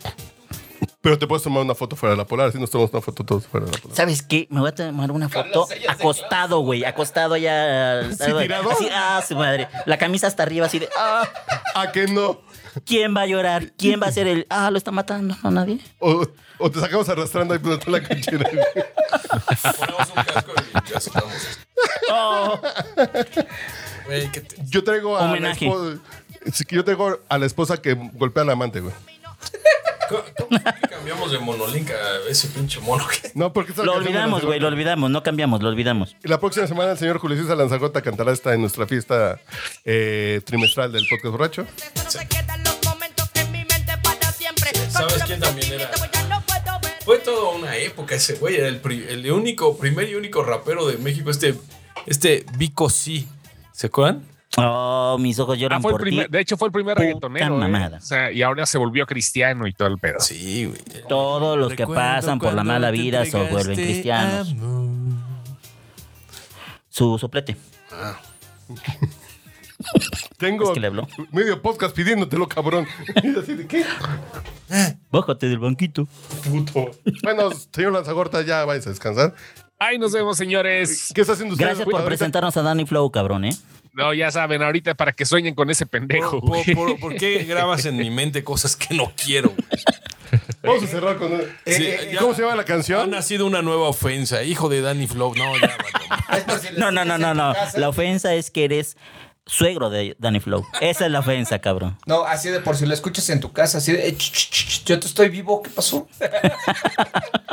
Speaker 6: Pero te puedes tomar una foto fuera de la Polar. Si nos tomamos una foto todos fuera de la Polar.
Speaker 7: ¿Sabes qué? Me voy a tomar una foto
Speaker 8: las sellas de
Speaker 7: acostado, güey. Acostado allá. al-
Speaker 6: ¿Sí, tirado?
Speaker 7: así, ah, su madre. La camisa hasta arriba, así de. Ah,
Speaker 6: ¿A qué no?
Speaker 7: ¿Quién va a llorar? ¿Quién va a ser el, ah, lo está matando? No, nadie.
Speaker 6: O, o te sacamos arrastrando ahí por toda la cochera.
Speaker 7: Oh.
Speaker 6: Yo traigo a la
Speaker 7: Homenaje.
Speaker 6: esposa. sí, que Yo traigo a la esposa que golpea al amante, güey.
Speaker 9: Cambiamos de monolink a ese pinche mono. que-
Speaker 6: No, porque esta
Speaker 7: Lo
Speaker 6: canción no
Speaker 7: olvidamos,
Speaker 6: se-
Speaker 7: güey, lo olvidamos, no cambiamos, lo olvidamos.
Speaker 6: Y La próxima semana el señor Julio César Lanzagota cantará esta en nuestra fiesta eh, trimestral del podcast borracho.
Speaker 9: ¿Sabes quién también era? Fue toda una época ese güey. Era el, pri- el único, primer y único rapero de México, este, este Vico C. ¿Se acuerdan?
Speaker 7: Oh, mis ojos lloran
Speaker 2: Ah, fue el
Speaker 7: por ti.
Speaker 2: primer- de hecho, fue el primer
Speaker 7: Puta
Speaker 2: reggaetonero. eh.
Speaker 7: mamada.
Speaker 2: O sea, y ahora se volvió cristiano y todo el pedo.
Speaker 9: Sí, güey.
Speaker 7: Todos los que
Speaker 2: Recuerdo
Speaker 7: pasan por la
Speaker 2: cuando
Speaker 7: mala
Speaker 2: te
Speaker 7: vida se vuelven
Speaker 2: entregaste
Speaker 7: cristianos. Su soplete.
Speaker 6: Tengo
Speaker 7: Es que le habló.
Speaker 6: medio podcast pidiéndotelo, cabrón. Y así de, ¿qué?
Speaker 7: Bájate del banquito.
Speaker 6: Puto. Bueno, señor Lanzagorta, ya vais a descansar.
Speaker 2: Ahí nos vemos, señores.
Speaker 6: ¿Qué está haciendo usted?
Speaker 7: Gracias por
Speaker 6: Ahorita-
Speaker 7: presentarnos a Danny Flow, cabrón, ¿eh?
Speaker 2: No, ya saben, ahorita para que sueñen con ese pendejo.
Speaker 9: ¿Por, por- por qué grabas en mi mente cosas que no quiero?
Speaker 6: Vamos a cerrar con. Eh,
Speaker 9: Sí, ya-
Speaker 6: ¿Cómo se llama la canción?
Speaker 9: Ha nacido una nueva ofensa, hijo de Danny Flow. No, ya,
Speaker 8: Ah,
Speaker 7: No, no, no, no, no. La ofensa es que eres suegro de Danny Flow. Esa es la ofensa, cabrón.
Speaker 8: No, así de por si lo escuchas en tu casa, así de, "Eh, ch, ch, ch, ch, yo te estoy vivo, ¿qué pasó?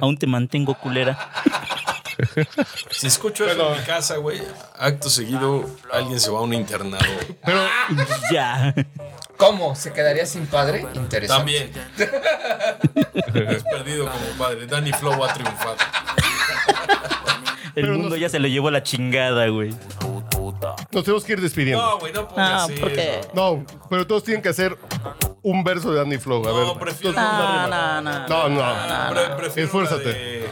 Speaker 7: Aún te mantengo culera.
Speaker 9: Si escucho eso en mi casa, güey, acto seguido, alguien se va a un internado.
Speaker 6: Pero
Speaker 7: ya.
Speaker 8: ¿Cómo? ¿Se quedaría sin padre? Interesante.
Speaker 9: También. Es perdido como padre. Danny Flow ha triunfado.
Speaker 7: El mundo ya se lo llevó a la chingada, güey.
Speaker 6: Nos tenemos que ir despidiendo.
Speaker 9: No, güey, no pongas
Speaker 7: No,
Speaker 9: eso.
Speaker 7: Ah, ¿por qué?
Speaker 6: No, pero todos tienen que hacer un verso de Danny Flow. A ver.
Speaker 9: prefiero-
Speaker 6: Todos vamos a
Speaker 9: No,
Speaker 7: Ah,
Speaker 6: rimar. No,
Speaker 9: no, no, no,
Speaker 6: no.
Speaker 9: no, no.
Speaker 6: Ah,
Speaker 9: Prefiero
Speaker 6: Esfuérzate.
Speaker 9: la de-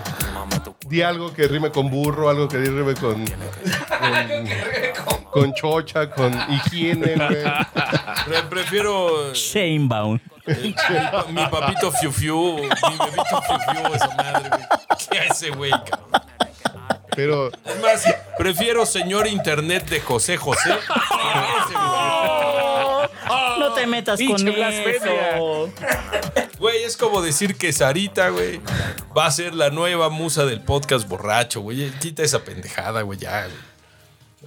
Speaker 6: Di algo que rime con burro, algo que rime con. con, con chocha, con higiene, güey.
Speaker 9: Pre- prefiero
Speaker 7: Shanebaum.
Speaker 9: eh, mi papito Fiu Fiu, mi bebito Fiu Fiu, esa madre, güey. ¿Qué hace, güey? cabrón?
Speaker 6: Pero.
Speaker 9: Es más, prefiero señor internet de José José.
Speaker 7: No te metas con eso.
Speaker 9: Güey, es como decir que Sarita, güey, va a ser la nueva musa del podcast borracho, güey. Quita esa pendejada, güey, ya, güey.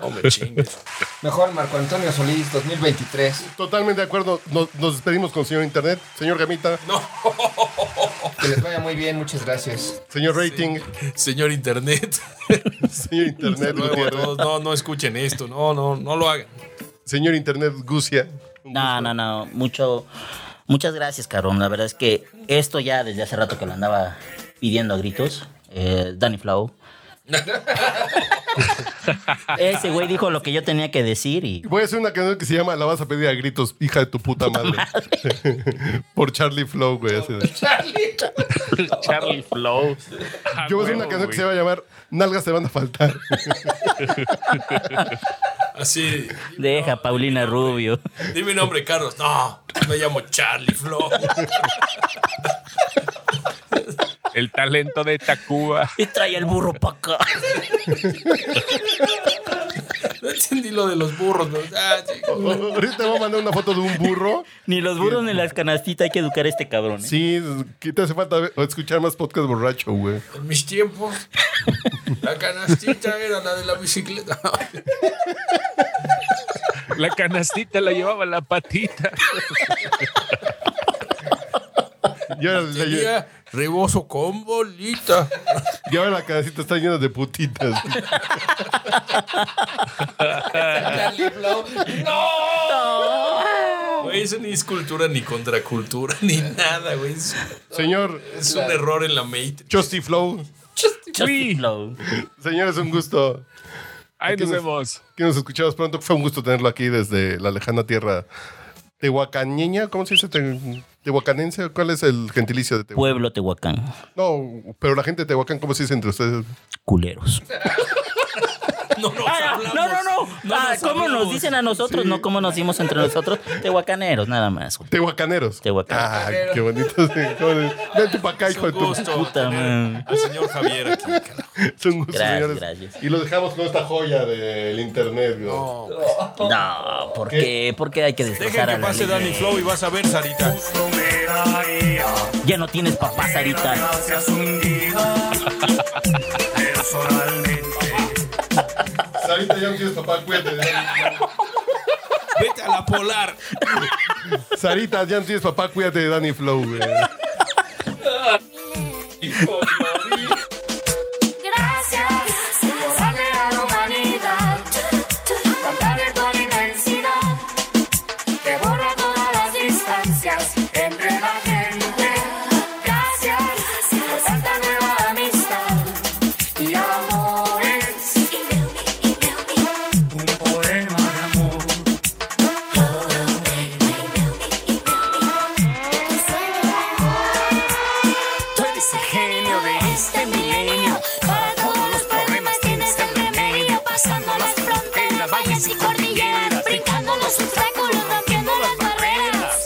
Speaker 9: No me chingues.
Speaker 8: Mejor Marco Antonio Solís 2023.
Speaker 6: Totalmente de acuerdo. Nos, nos despedimos con señor Internet, señor Gamita,
Speaker 8: Que les vaya muy bien, muchas gracias.
Speaker 6: señor Rating,
Speaker 9: Señor internet.
Speaker 6: señor Internet,
Speaker 9: Luego
Speaker 6: Gutiérrez,
Speaker 9: todos, no, no escuchen esto. No, no, no lo hagan.
Speaker 6: señor Internet Gucia.
Speaker 7: No, no, no. Mucho. Muchas gracias, cabrón. La verdad es que esto ya desde hace rato que lo andaba pidiendo a gritos. eh, Danny Flow. Ese güey dijo lo que yo tenía que decir y.
Speaker 6: Voy a hacer una canción que se llama La vas a pedir a gritos, hija de tu puta madre. Por Charlie Flow, güey. así de.
Speaker 8: Charlie.
Speaker 2: Charlie Flow. Ah,
Speaker 6: Yo voy a hacer una canción que se va a llamar Nalgas te van a faltar.
Speaker 9: Así,
Speaker 7: Deja, Paulina Rubio.
Speaker 9: di mi nombre, Carlos. No, me llamo Charlie Flow.
Speaker 2: El talento de Tacuba.
Speaker 7: Y trae el burro pa' acá.
Speaker 9: No entendí lo de los burros. ¿no? Ah, sí.
Speaker 6: Ahorita te voy a mandar una foto de un burro.
Speaker 7: Ni los burros ni las canastitas hay que educar a este cabrón. ¿eh?
Speaker 6: Sí, ¿qué te hace falta ver- escuchar más podcast borracho, güey?
Speaker 9: En mis tiempos, la canastita era la de la bicicleta.
Speaker 2: La canastita la llevaba la patita.
Speaker 6: Y ahora, la,
Speaker 9: Tenía rebozo con bolita.
Speaker 6: y ahora la cabecita está llena de putitas.
Speaker 8: Charlie Flow.
Speaker 9: Güey, eso ni es cultura, ni contracultura, ni nada, güey. Es,
Speaker 6: Señor
Speaker 9: es un error en la mate.
Speaker 6: Justy Flow,
Speaker 7: Justin Flow.
Speaker 6: señor, es un gusto.
Speaker 2: Ahí
Speaker 6: Aquí
Speaker 2: nos
Speaker 6: nos-
Speaker 2: vemos.
Speaker 6: que nos escuchamos pronto. Fue un gusto tenerlo aquí desde la lejana tierra tehuacaneña. ¿Cómo se dice? Te- Tehuacanense. ¿Cuál es el gentilicio de Tehuacán?
Speaker 7: Pueblo Tehuacán.
Speaker 6: No, pero la gente de Tehuacán, ¿cómo se dice entre ustedes?
Speaker 7: Culeros.
Speaker 9: No, no,
Speaker 7: Ah, no, no, no.
Speaker 9: No
Speaker 7: Ah,
Speaker 9: nos
Speaker 7: ¿Cómo
Speaker 9: hablamos.
Speaker 7: nos dicen a nosotros? No, ¿cómo nos dimos entre nosotros? Tehuacaneros, nada más. güey.
Speaker 6: Tehuacaneros. Ah, qué bonito. sí. Vente para acá, hijo de tu
Speaker 7: gusto puta, man.
Speaker 9: Al señor Javier aquí, carajo.
Speaker 6: Es un gusto,
Speaker 7: Gracias,
Speaker 6: señores.
Speaker 7: gracias.
Speaker 6: Y lo dejamos con esta joya del internet. No,
Speaker 7: No, ¿por qué? ¿Por qué hay que
Speaker 9: Dejen
Speaker 7: destrozar
Speaker 9: que
Speaker 7: a la
Speaker 9: pase
Speaker 7: liga?
Speaker 9: Danny Flow y vas a ver, Sarita.
Speaker 7: Ya no tienes papás ahorita.
Speaker 9: Personalmente.
Speaker 6: Sarita, ya no tienes papá, cuídate.
Speaker 9: Vete a la polar.
Speaker 6: Sarita, ya no tienes papá, cuídate de Danny Flow, güey.
Speaker 12: Gracias por darle a la humanidad tanta virtud e inmensidad que borra todas las distancias entre la gente. Gracias por tanta nueva amistad y amores. Un poema de amor. Tú eres el genio de este milenio. Para todos los problemas tienes el remedio. Pasando las fronteras, valles y cordilleras. Brincando los obstáculos, rompiendo las barreras.